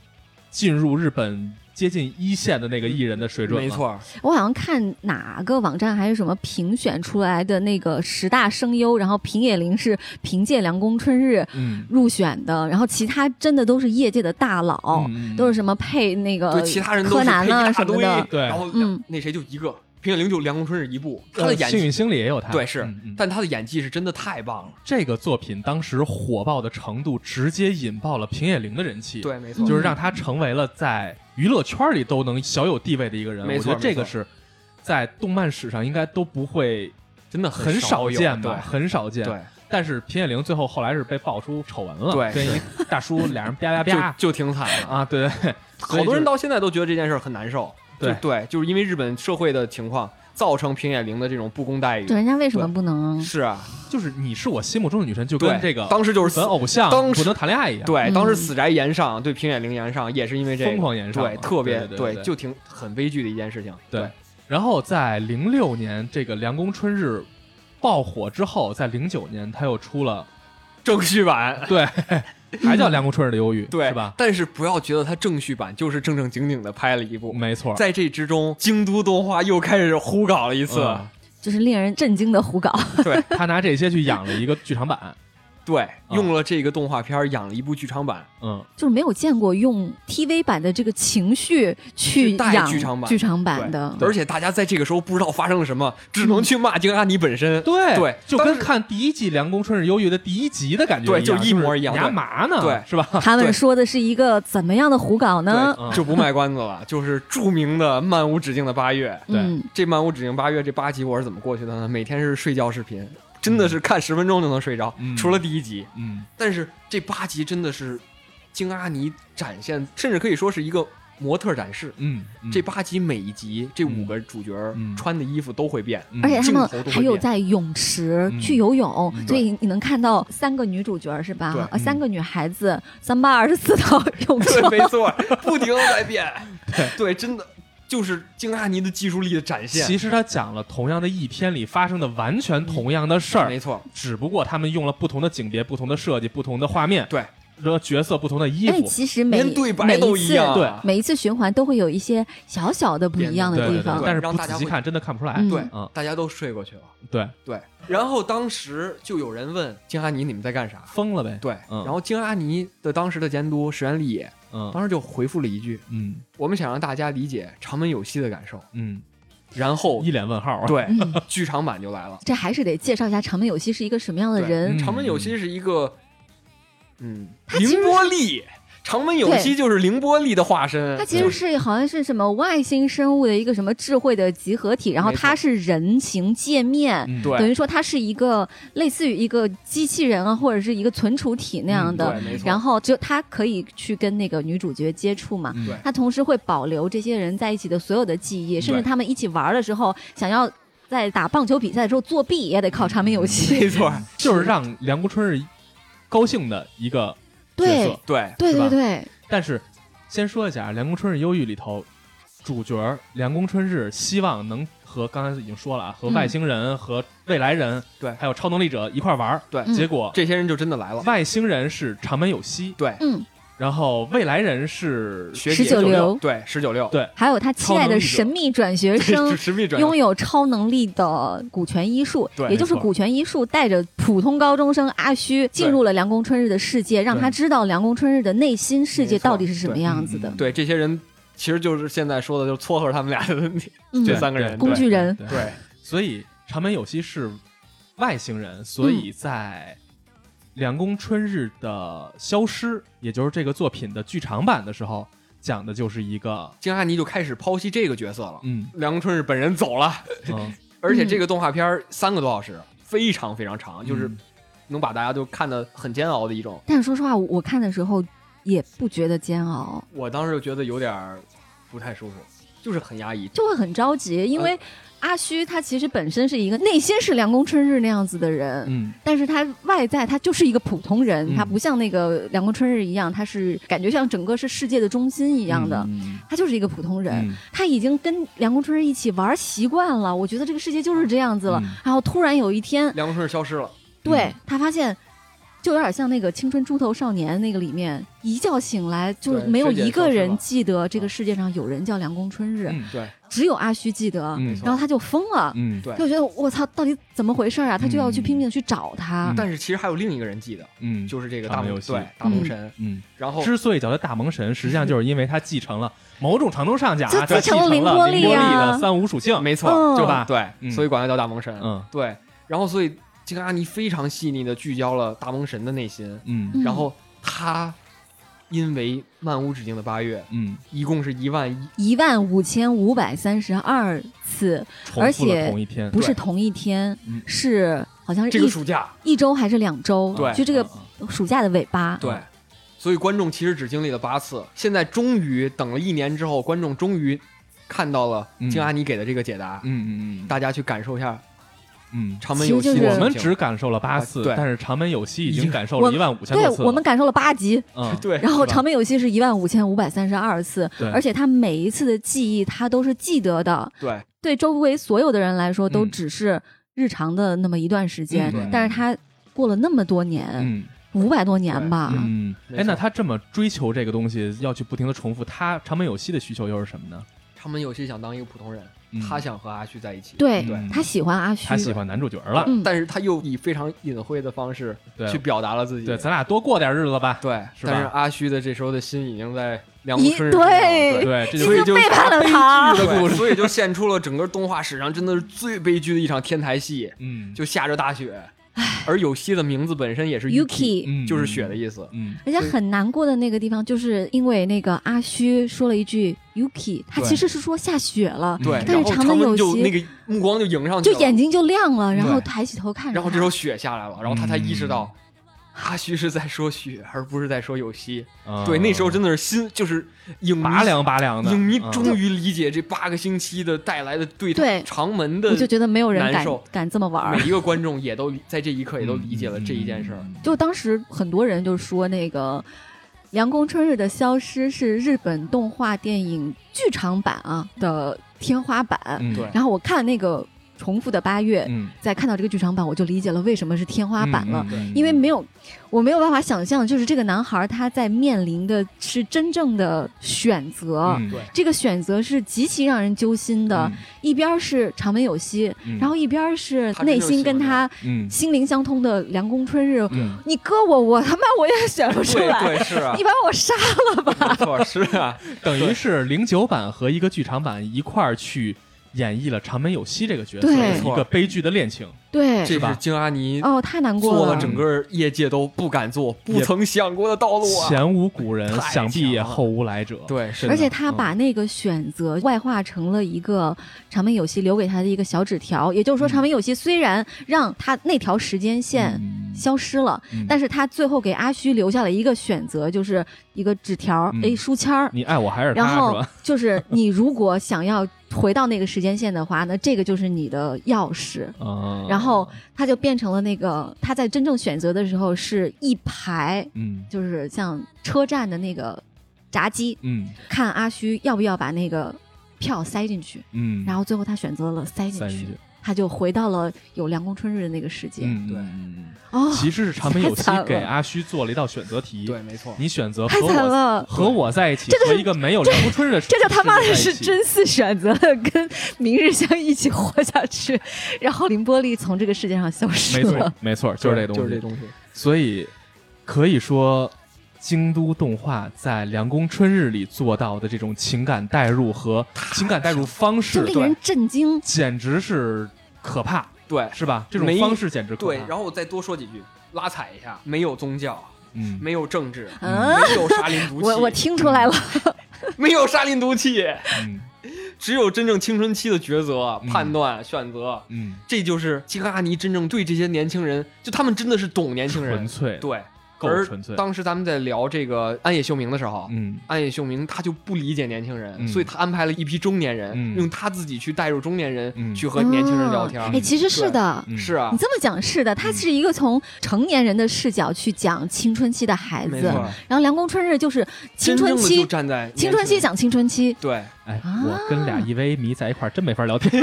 进入日本接近一线的那个艺人的水准了。没，错，我好像看哪个网站还是什么评选出来的那个十大声优，然后平野绫是凭借《凉宫春日》嗯，入选的，然后其他真的都是业界的大佬，嗯哦都是什么配那个对其他人都呃柯是南配一啊大什么堆的，对然后嗯那谁就一个平野绫就梁公春日一部，他呃的幸运演星里也有他。对是嗯嗯，但他的演技是真的太棒了。这个作品当时火爆的程度，直接引爆了平野绫的人气。。对，没嗯错，就是让他成为了在娱乐圈里都能小有地位的一个人。没我觉错得这个没错是在动漫史上应该都不会真的很少少有见吧，很少见。对，对，但是平野绫最后后来是被爆出丑闻了，对跟是一大叔俩人啪啪啪就就挺惨的啊。啊，对， 所好以就多是人到现在都觉得这件事儿很难受。对就对，就是因为日本社会的情况造成平野绫的这种不公待遇对，。人家为什么不能？是啊，就是你是我心目中的女神，就对跟这个当时就是日本偶像当时不能谈恋爱一样，对，嗯当时死宅言上对平野绫言上也是因为这个疯狂言上嘛，对，特别对对，就挺很悲剧的一件事情。对然后在零六年这个《凉宫春日》爆火之后，在零九年他又出 了，正序版，对，还叫《凉宫春日的忧郁》，对是吧？？但是不要觉得它正序版就是正正经经的拍了一部，没错，在这之中，京都动画又开始胡搞了一次。嗯就是令人震惊的胡搞。对他拿这些去养了一个剧场版，对，用了这个动画片儿养了一部剧场版，嗯，就是没有见过用 TV 版的这个情绪去去带养剧场版版的，而且大家在这个时候不知道发生了什么，只能去骂京阿尼本身。对 对就当跟时看第一季《凉宫春日忧郁》的第一集的感觉对一样，就就一模一样是你干嘛呢？对是吧？他们对说的是一个怎么样的胡搞呢？嗯对，就不卖关子了，就是著名的漫无止境的八月。对嗯，这漫无止境八月这八集我是怎么过去的呢？每天是睡觉视频，真的是看十分钟就能睡着，嗯 除了第一集。嗯，但是这八集真的是京阿尼展现，甚至可以说是一个模特展示。嗯嗯，这八集每一集，这五个主角嗯穿的衣服都会 变。嗯而且他镜头都们会还有变在泳池嗯去游泳，嗯所以你能看到三个女主角是吧对？呃，嗯三个女孩子，三八二十四 套泳装对，。没错，不停的在 变。对真的就是京阿尼的技术力的展现。其实他讲了同样的一天里发生的完全同样的事儿，没错，只不过他们用了不同的景别、不同的设计、不同的画面，对，和角色不同的衣哎，服，其实每连对每白一都一次样。啊对每一次循环都会有一些小小的不一样对的地对对方，但是让不大家仔细会看真的看不出来嗯，对嗯，大家都睡过去了。对，对，然后当时就有人问京阿尼你们在干啥？疯了呗，对，嗯然后京阿尼的当时的监督石原丽也嗯当时就回复了一句嗯：“我们想让大家理解长门有希的感受。嗯，”然后一脸问号啊，对嗯剧场版就来了。这还是得介绍一下长门有希是一个什么样的对人嗯。长门有希是一个，嗯，其实凌波丽。长门有希就是凌波丽的化身。他其实是好像是什么外星生物的一个什么智慧的集合体，然后没错它是人形界面，嗯对等于说它是一个类似于一个机器人啊，或者是一个存储体嗯那样的。嗯对，没错。然后只有它可以去跟那个女主角接触嘛。嗯对它同时会保留这些人在一起的所有的记忆，甚至他们一起玩的时候，想要在打棒球比赛的时候作弊，也得靠长嗯命游没戏。错， 就是让梁国春日高兴的一个角对色。对对是吧对对，但是先说一下啊《凉宫春日忧郁》里头，主角凉宫春日希望能和刚才已经说了啊，和嗯外星人、和未来人，对还有超能力者一块玩儿。对嗯结果这些人就真的来了。外星人是长门有希，对，嗯，然后未来人是学十姐九流对，十九六，对还有他期待超能的力者神秘转学生 是，十米转拥有超能力的古泉医术，对也就是没错古泉医术带着普通高中生阿虚进入了凉宫春日的世界，让他知道凉宫春日的内心世界没错到底是什么样子的嗯。对这些人，其实就是现在说的，就撮合他们俩的问题。嗯这对三个人对 工具人对，对对，所以长门有希是外星人，所以在《凉宫春日的消失》也就是这个作品的剧场版的时候，讲的就是一个金哈尼就开始剖析这个角色了。 嗯梁宫春日本人走了，嗯而且这个动画片儿三个多小时，非常非常长，嗯就是能把大家都看得很煎熬的一种。但是说实话，我我看的时候也不觉得煎熬，我当时就觉得有点儿不太舒服，就是很压抑。呃就会很着急，因呃为阿虚他其实本身是一个内心是凉宫春日那样子的人，嗯但是他外在他就是一个普通人，嗯他不像那个凉宫春日一样，他是感觉像整个是世界的中心一一样的，他就是一个普通人。嗯他已经跟凉宫春日一起玩习惯了，我觉得这个世界就是这样子了。嗯然后突然有一天，梁宫春日消失了，对他发现，就有点像那个《青春猪头少年》那个里面，一觉醒来就是对没有世界一个消失人了记得这个世界上有人叫梁宫春日，嗯对，只有阿虚记得，嗯然后他就疯了。嗯对他就觉得我操，到底怎么回事儿啊？他就要去嗯拼命地去找他。但是其实还有另一个人记得，嗯就是哦这个长大嗯门萌游戏对大萌神，嗯，然后之所以叫他大萌神，实际上就是因为他继承了某种程度上讲啊，就他继继承了了凌凌波波丽丽啊的三无属性，没嗯错，对吧对，嗯所以管他叫大萌神。嗯对，然后所以金刚阿尼非常细腻的聚焦了大萌神的内心，嗯嗯然后他因为漫无止境的八月，嗯，一共是一万一，一万五千五百三十二次，而重复且了同一天，不是嗯对同一天，嗯是好像是这个一暑假一周还是两周？对就这个嗯嗯暑假的尾巴。对。所以观众其实只经历了八次，现在终于等了一年之后，观众终于看到了嗯金阿尼给的这个解答，嗯嗯嗯大家去感受一下嗯。长门有其戏实就的梦是境。我们只感受了八次啊，对但是长门有戏已已经经感受我了一万五千对多次了。我们感受了八集，嗯，对，然后哎是吧长门有戏是一万五千五百三十二次，对而且他每一次的记忆他都是记得的，对对周围所有的人来说都嗯只是日常的那么一段时间，嗯对但是他过了那么多年，嗯五百、多年吧，嗯，啊没哎，那错他这么追求这个东西，要去不停的重复，他长门有戏的需求又是什么呢？长门有戏想当一个普通人，嗯他想和阿旭在一起，对对他喜欢阿虚，嗯他喜欢男主角了，嗯但是他又以非常隐晦的方式去对表达了自己。对，咱俩多过点日子吧。对是吧但是阿虚的这时候的心已经在梁公一春日对身上了对，这就已是所以经就背叛了他，对对，所以就现出了整个动画史上真的是最悲剧的一场天台戏，嗯，就下着大雪，而有希的名字本身也是 Yuki 嗯就是雪的意思。嗯而且很难过的那个地方，就是因为那个阿虚说了一句 “Yuki”，他对其实是说下雪嗯了，对，但然是后长门长有门就希那个目光就迎上去就了，眼睛就亮了，然后嗯对抬起头看着他。然后这时候雪下来了，然后他才意识嗯到。阿虚是在说雪，而不是在说有希。嗯对，那时候真的是心就是影迷拔凉拔凉的。影迷嗯终于理解这八个星期的带来的对对长门的我就觉得没有人难敢受敢这么玩儿每。一个观众也都理在这一刻也都理解了这一件事儿。嗯就当时很多人就说那个《凉宫春日的消失》是日本动画电影剧场版啊的天花板。嗯对然后我看那个重复的八月，嗯，再看到这个剧场版，我就理解了为什么是天花板了。嗯，嗯因为没有，我没有办法想象，就是这个男孩他在面临的是真正的选择，嗯对这个选择是极其让人揪心的。一边儿是长门有希，嗯然后一边儿是他真内正心喜跟欢他嗯心灵相通的凉宫春日。嗯你割我，我他妈我也选不出对来，对是啊你，把我杀了吧。没错是啊，嗯，等于是零九版和一个剧场版一块儿去演绎了长门有希这个角色，对一个悲剧的恋情。对，这吧是京阿尼哦，太难过做了了。整个业界都不敢做、不也曾想过的道路啊。前无古人，太想必也强了后无来者。对真是的，而且他把那个选择外化成了一个长门有希留给他的一个小纸条，也就是说，嗯长门有希虽然让他那条时间线嗯消失了，嗯但是他最后给阿虚留下了一个选择，就是一个纸条，嗯诶，书签儿。你爱我还是然他是后吧？就是你如果想要回到那个时间线的话，那这个就是你的钥匙。嗯然后他就变成了那个他在真正选择的时候是一排，嗯就是像车站的那个闸机，嗯看阿虚要不要把那个票塞进去。嗯，然后后最后他选择了塞进三去句，，他就回到了有凉宫春日的那个世界。嗯对嗯哦，其实是长门有希太惨了给阿虚做了一道选择题，对，没错，你选择太和惨我了。和我在一起，这个是和一个没有梁不春日的，这就他妈的是真。真嗣选择了跟明日香一起活下去，然后凌波丽从这个世界上消失没了错。，没错，就是这东西。就是这东西。所以可以说，京都动画在《凉宫春日》里做到的这种情感代入和情感代入方就式，令人对，震惊，简直是可怕。对是吧？这种没方式简直可对，怕然后我再多说几句，拉踩一下，没有宗教，嗯，没有政治，嗯，没有杀林毒气，我我听出来了，没有杀林毒气，嗯只有真正青春期的抉择、嗯判断、选择，嗯，这就是吉克哈尼真正对这些年轻人，就他们真的是懂年轻纯人，粹，对。够而纯粹当时咱们在聊这个安野秀明的时候，嗯安野秀明他就不理解年轻人，嗯所以他安排了一批中年人，嗯用他自己去带入中年人，嗯去和年轻人聊天。哎，其实是的。嗯是啊嗯你，这么讲是的，他是一个从成年人的视角去讲青春期的孩没子，错，然后《凉宫春日》就是青春真正的期就，站在青春期讲讲青春期，对，哎，啊我跟俩 EV 迷在一块儿真没法聊天。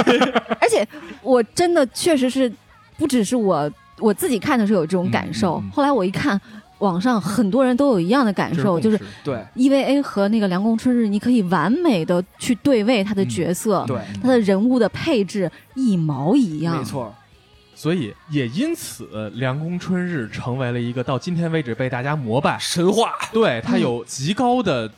而且我真的确实是，不只是我我自己看的时候有这种感受，嗯嗯嗯后来我一看网上很多人都有一样的 感受，就是这共识对 EVA 和那个《凉宫春日》，你可以完美的去对位他的角色，嗯嗯对他的人物的配置一毛一样没，错，所以也因此，《凉宫春日》成为了一个到今天为止被大家膜拜，神话对它有极高的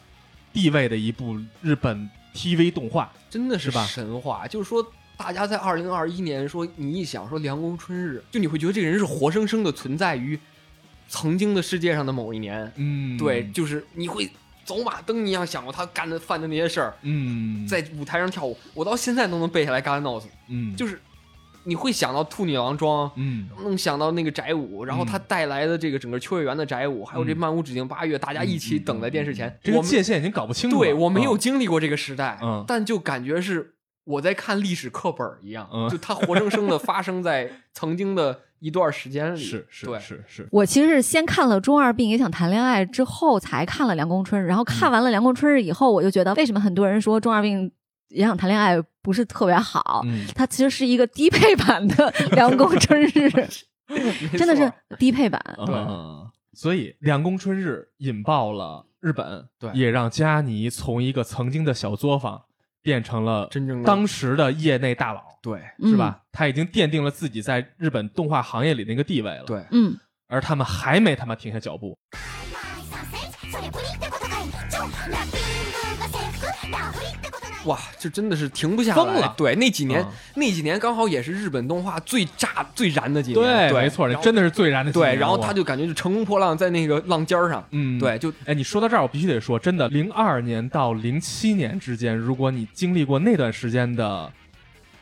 地位的一部日本 TV 动画。真的是是吧神话，就是说。大家在二零二一年说，你一想说凉宫春日，就你会觉得这个人是活生生的存在于曾经的世界上的某一年。嗯，对，就是你会走马灯一样想过他干的犯的那些事儿，嗯，在舞台上跳舞，我到现在都能背下来《g a n o s 嗯，就是是你会想到兔女郎装，嗯能想到那个宅舞，然后他带来的这个整个秋叶原的宅舞，还有这嗯漫无止境八月，大家一起等在电视前，这个我们界限已经搞不清楚了。对我没有嗯经历过这个时代，嗯但就感觉是我在看历史课本儿一样，嗯就它活生生的发生在曾经的一段时间里。是是对，是是，我其实是先看了《中二病也想谈恋爱》之后才看了《凉宫春日》，然后看完了《凉宫春日》以后，我就觉得为什么很多人说《中二病也想谈恋爱》不是特别啊好，嗯，它其实是一个低配版的《凉宫春日》，没 真的是错低配版。嗯对嗯所以《凉宫春日》引爆了日本，对也让佳妮从一个曾经的小作坊变成了真正的嗯当时的业内大佬，对嗯是吧？他已经奠定了自己在日本动画行业里的一个地位了。，对，嗯？嗯，而他们还没他妈停下脚步。哇，这真的是停不下来。疯了对，那几年、嗯那几年刚好也是日本动画最炸最燃的几年。对，对，没错，然这后真的是最燃的几对，年然后哇他就感觉就乘风破浪，在那个浪尖儿上。嗯，对，。就哎，你说到这儿，我必须得说，真的，零二年到零七年之间，如果你经历过那段时间的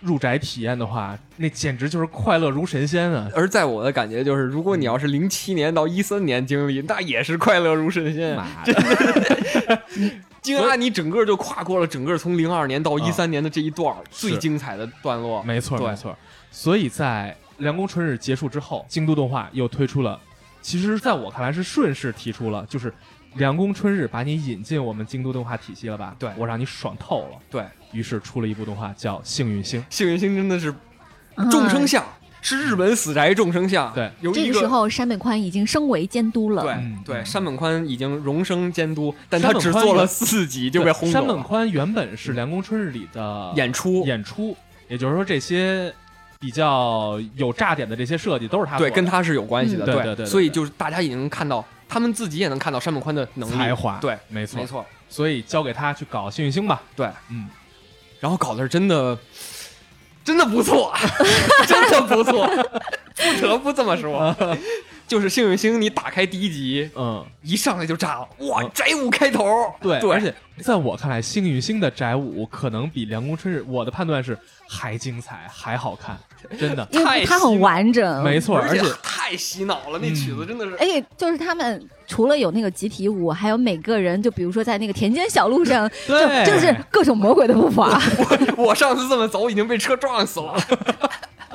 入宅体验的话，那简直就是快乐如神仙啊！而在我的感觉就是，如嗯果你要是零七年到一三年经历，那也是快乐如神仙。妈的， 金阿尼整个就跨过了整个从零二年到一三年的这一段儿嗯是最精彩的段落。没错，对没错。所以在《凉宫春日》结束之后，京都动画又推出了，其实在我看来是顺势提出了，就是《凉宫春日》把你引进我们京都动画体系了吧？对我让你爽透了。对，于是出了一部动画叫《幸运星》，幸运星真的是众生相，是日本死宅众生相。对，由啊这一个个时候山本宽已经升为监督了。，对、嗯对，嗯山本宽已经荣升监督，但他山本只宽做了原四集就被轰山走本了。宽原本是《凉宫春日》里的演出演出，也就是说这些比较有炸点的这些设计都是他对做的跟他是有关系的，嗯对对对对所以就是大家也能看到，他们自己也能看到山本宽的能力才华，对，没错，没。错，所以交给他去搞幸运星吧。对。嗯，然后搞得是真的，真的 不错，真的不错，不得不这 么说。就是幸运星，你打开第一集，嗯，一上来就炸了，哇，嗯宅舞开头，对，对，而且在我看来，《幸运星》的宅舞可能比《凉宫春日》，我的判断是还精彩，还好看，真的 因为它很完整，没错。而而且，嗯太洗脑了，那曲子真的是而且就是他们除了有那个集体舞，还有每个人，就比如说在那个田间小路上，就对真的是各种魔鬼的步伐。我上次这么走已经被车撞死了，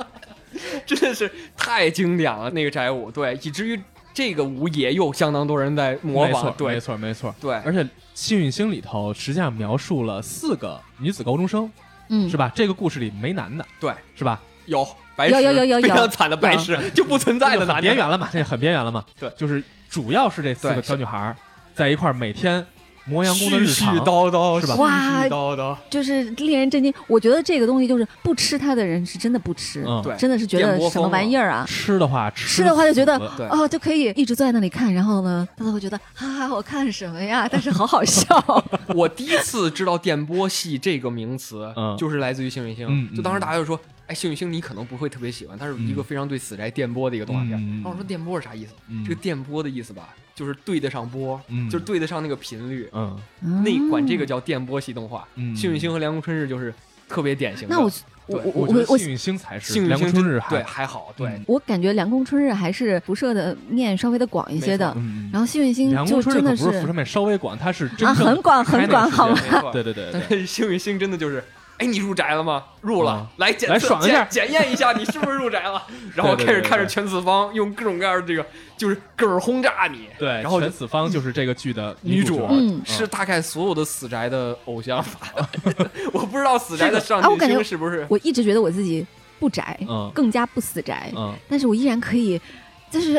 真的是太经典了那个宅舞，对，以至于这个舞也有相当多人在模没仿错，，没对错，没错。对，而且，《幸运星》里头实际上描述了四个女子高中生，嗯是，吧？这个故事里没男的，对，是吧？有白有痴，有有有非有常惨的白有痴就不存在这个的嗯男很的边缘了嘛，这很边缘了嘛。对就是主要是这四个对小女孩儿在一块儿每天磨洋工的絮日絮常，叨叨是吧哇絮絮叨叨，就是令人震惊。我觉得这个东西就是不吃它的人是真的不吃，嗯对真的是觉得什么玩意儿啊。吃的话吃吃的话就觉得死了对哦，就可以一直坐在那里看，然后呢，大家会觉得哈哈，我看什么呀？但是好 好笑。我第一次知道电波系这个名词，嗯就是来自于幸运星。嗯嗯就当时大家就说。哎，哎，幸运星你可能不会特别喜欢，它是一个嗯非常对死宅电波的一个动画片。嗯然后我说电波是啥意思？嗯这个电波的意思吧，就是对得上波，嗯就是对得上那个频率。嗯那管嗯这个叫电波系动画，嗯幸运星》和《凉宫春日》就是特别典型嗯的。那我我对我觉得我幸运星才是幸运凉星宫春日真还对还好，对，嗯我感觉凉宫春日还是辐射的面稍微的广一些的，嗯，然后幸运星凉就宫春日真可的不是辐射面稍微广，它是真啊正很广很开那个广时间好吗没错。对对 对对，但是幸运星真的就是，哎，你入宅了吗？入了，啊来检测来爽一下检检验一下你是不是入宅 了。然后对对对开始看着对全次方用各种各样的这个，就是各种轰炸你。对，然后全就此方就是这个剧的 女主啊主角，嗯是大概所有的死宅的偶像吧。 我不知道死宅的上啊我进感觉星是不是我一直觉得我自己不宅，嗯更加不死宅， 嗯，但是我依然可以，就是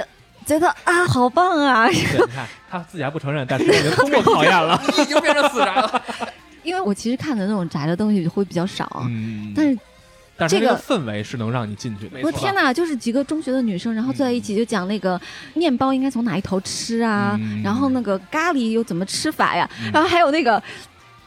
觉得啊，好棒啊！对，你看他自己还不承认，但是已经通过考验 了，你已经变成死宅了。 因为我其实看的那种宅的东西会比较少，嗯，但是但是这那个个氛围是能让你进去的没，我错天哪，就是几个中学的女生，然后坐在一起就讲那个面包应该从哪一头吃啊，嗯然后那个咖喱又怎么吃法呀，嗯然后还有那个。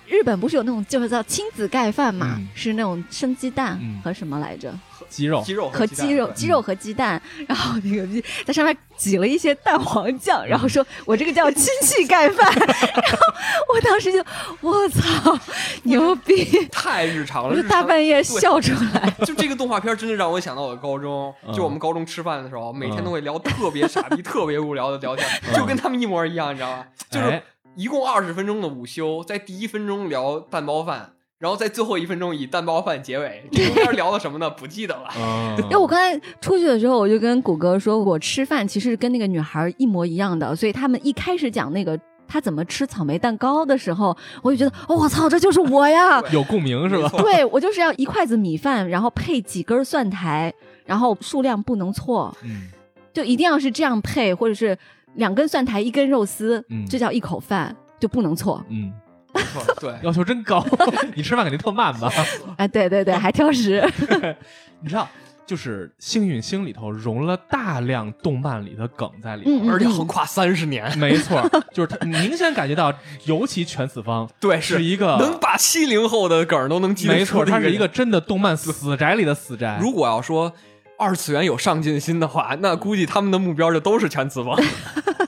日本不是有那种就是叫亲子盖饭嘛，嗯是那种生鸡蛋嗯和什么来着？肌肉肌肉和鸡蛋鸡肉、对鸡肉和鸡蛋，然后那个在上面挤了一些蛋黄酱，然后说我这个叫亲戚盖饭，然后我当时就我操，牛逼！太日常我了，就日大常半夜笑出来，就这个动画片真的让我想到我高中，嗯就我们高中吃饭的时候，每天嗯都会聊特别傻 逼、特别无聊的聊天，就跟他们一模一样，你知道吗？就是哎一共二十分钟的午休，在第一分钟聊蛋包饭，然后在最后一分钟以蛋包饭结 尾。这中间聊了什么呢？不记得了。嗯， 因为我刚才出去的时候，我就跟谷歌说，我吃饭其实跟那个女孩一模一样的，所以他们一开始讲那个她怎么吃草莓蛋糕的时候，我就觉得，我、操，这就是我呀！有共鸣是吧？对我就是要一筷子米饭，然后配几根蒜苔，然后数量不能错，嗯就一定要是这样配，或者是两根蒜苔一根肉丝，嗯这叫一口饭。就不能错，嗯，没错，对，要求真高， 你吃饭肯定特慢吧？ 哎，对对对，还挑食，你知道，就是《幸运星》里头融了大量动漫里的梗在里头。嗯嗯 而且横跨三十年，没错，就是他明显感觉到，尤其全死方 对，是一个能把七零后的梗儿都能记得没错，住的它是人一个。真的 动漫死宅里的死宅。如果要说二次元有上进心的话，那估计他们的目标就都是全词 方。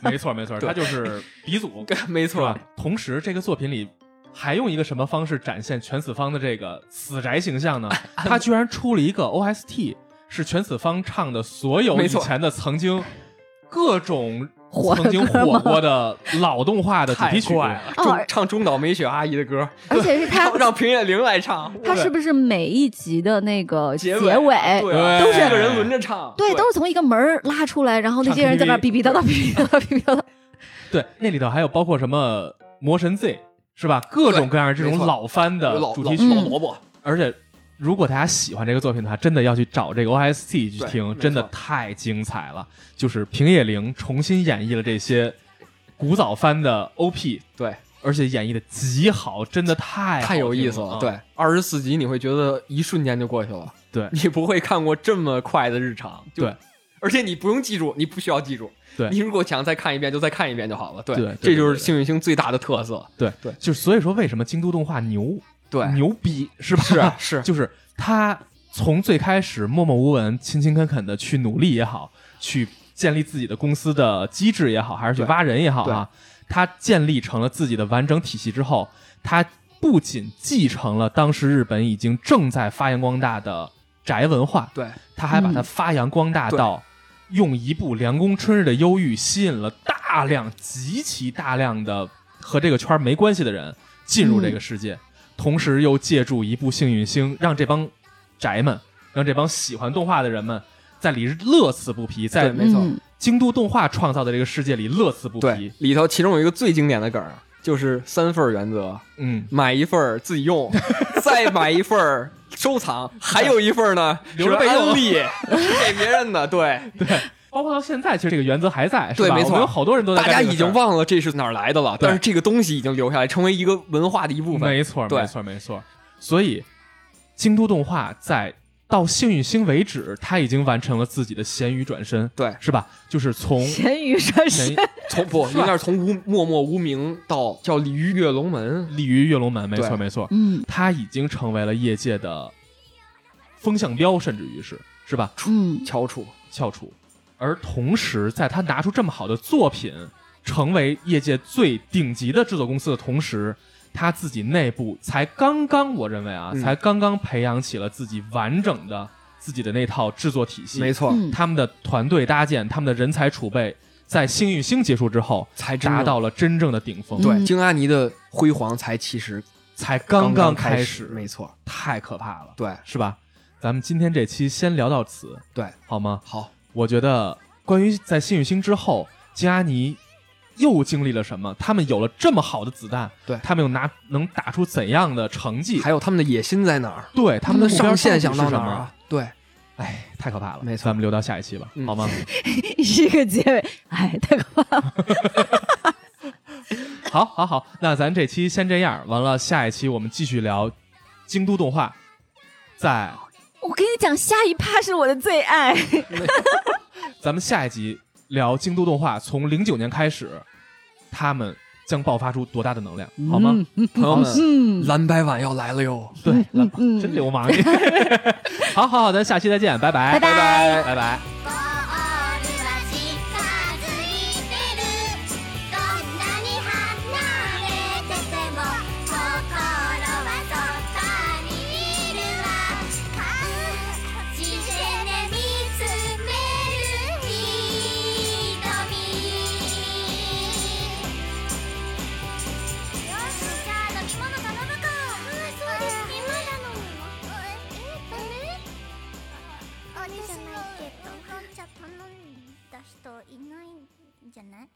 没错没错，对它就是鼻祖，没是错吧，？同时，这个作品里还用一个什么方式展现全子方的这个死宅形象啊呢？他居然出了一个 OST，是全子方唱的所有没以错前的曾经各种火的曾经歌火过的老动画的主太题曲。怪了，哦中而唱中岛美雪阿姨的歌，而且是他 让让平野绫来唱，他是不是每一集的那个结尾对啊，都是四个人轮着唱，对，都是从一个门儿拉出来，然后那些人在那儿唱哔哔叨叨、哔哔叨叨、哔哔叨叨。对，那里头还有包括什么魔神 Z 是吧？各种各样这没种错老番的有老主题老曲，老嗯萝卜，而且。如果大家喜欢这个作品的话，真的要去找这个 OST 去对没听，错真的太精彩了。就是平野绫重新演绎了这些古早番的 OP，对，而且演绎的极好，真的太太有意思了。好听嗯啊对，二十四集你会觉得一瞬间就过去了，对你不会看过这么快的日常，就对，而且你不用记住，你不需要记住，对你如果想再看一遍就再看一遍就好了。对对对这就是对对幸运星最大的特色。对对就所以说为什么京都动画牛，对，牛逼是吧？ 是啊是就是他从最开始默默无闻、勤勤恳恳的去努力也好，去建立自己的公司的机制也好，还是去对挖人也好啊，他建立成了自己的完整体系之后，他不仅继承了当时日本已经正在发扬光大的宅文化，对他还把它发扬光大到用一部《凉宫春日的忧郁》吸引了大量、极其大量的和这个圈儿没关系的人进入这个世界，同时又借助一部《幸运星》，让这帮宅们，让这帮喜欢动画的人们在里乐此不疲，在对没错嗯京都动画创造的这个世界里乐此不对疲。，里头其中有一个最经典的梗儿，就是三份儿原则，嗯，买一份儿自己 用，再买一份儿收藏，还有一份儿呢 留着是备用安利，是给别人的。对，包括到现在，其实这个原则还在，是对吧？没错我们有好多人都在大家干这个已经事儿。忘了这是哪儿来的了，对但是这个东西已经留下来，成为一个文化的一部分。没错，对没错，没错。所以，京都动画在到幸运星为止，它已经完成了自己的咸鱼转身，对，是吧？就是从咸鱼说咸 是鱼 从不 应该是从无默默无名到叫鲤鱼跃龙门，鲤鱼跃龙门，没错，对没错，嗯，它已经成为了业界的风向标，甚至于是是吧？嗯，翘楚，翘楚。而同时，在他拿出这么好的作品，成为业界最顶级的制作公司的同时，他自己内部才刚刚，我认为啊，嗯才刚刚培养起了自己完整的自己的那套制作体系。没错，嗯他们的团队搭建，他们的人才储备，在《星与星》结束之后，才真达正到了真正的顶峰，对嗯京阿尼的辉煌才其实才刚刚开始，没错，太可怕了，对是吧？咱们今天这期先聊到此，对，好吗？好，我觉得关于在《星与星》之后，京阿尼又经历了什么？他们有了这么好的子弹，对他们又拿能打出怎样的成绩？还有他们的野心在哪儿？对他他们的的目标上限到想底是到什哪儿么？啊？对，哎，太可怕了！没错咱们留到下一期吧，嗯好吗？ 这个结尾，哎，太可怕了。好，好，好，那咱这期先这样，完了下一期我们继续聊京都动画，在我跟你讲，下一趴是我的最爱。咱们下一集聊京都动画，从零九年开始，他们将爆发出多大的能量，好吗？朋友们，嗯，蓝白碗要来了哟！对，嗯嗯真流氓！ 好好好，咱下期再见，拜拜，拜拜拜拜，拜拜。 「ゴールは近づいてる」「どんなに離れてても心はそばにいるわ」「感じてね見つめる瞳」よしじゃあ飲み物頼むかはいそうです今なのにええダメあれじゃないけどじゃ頼んだ人いないんじゃない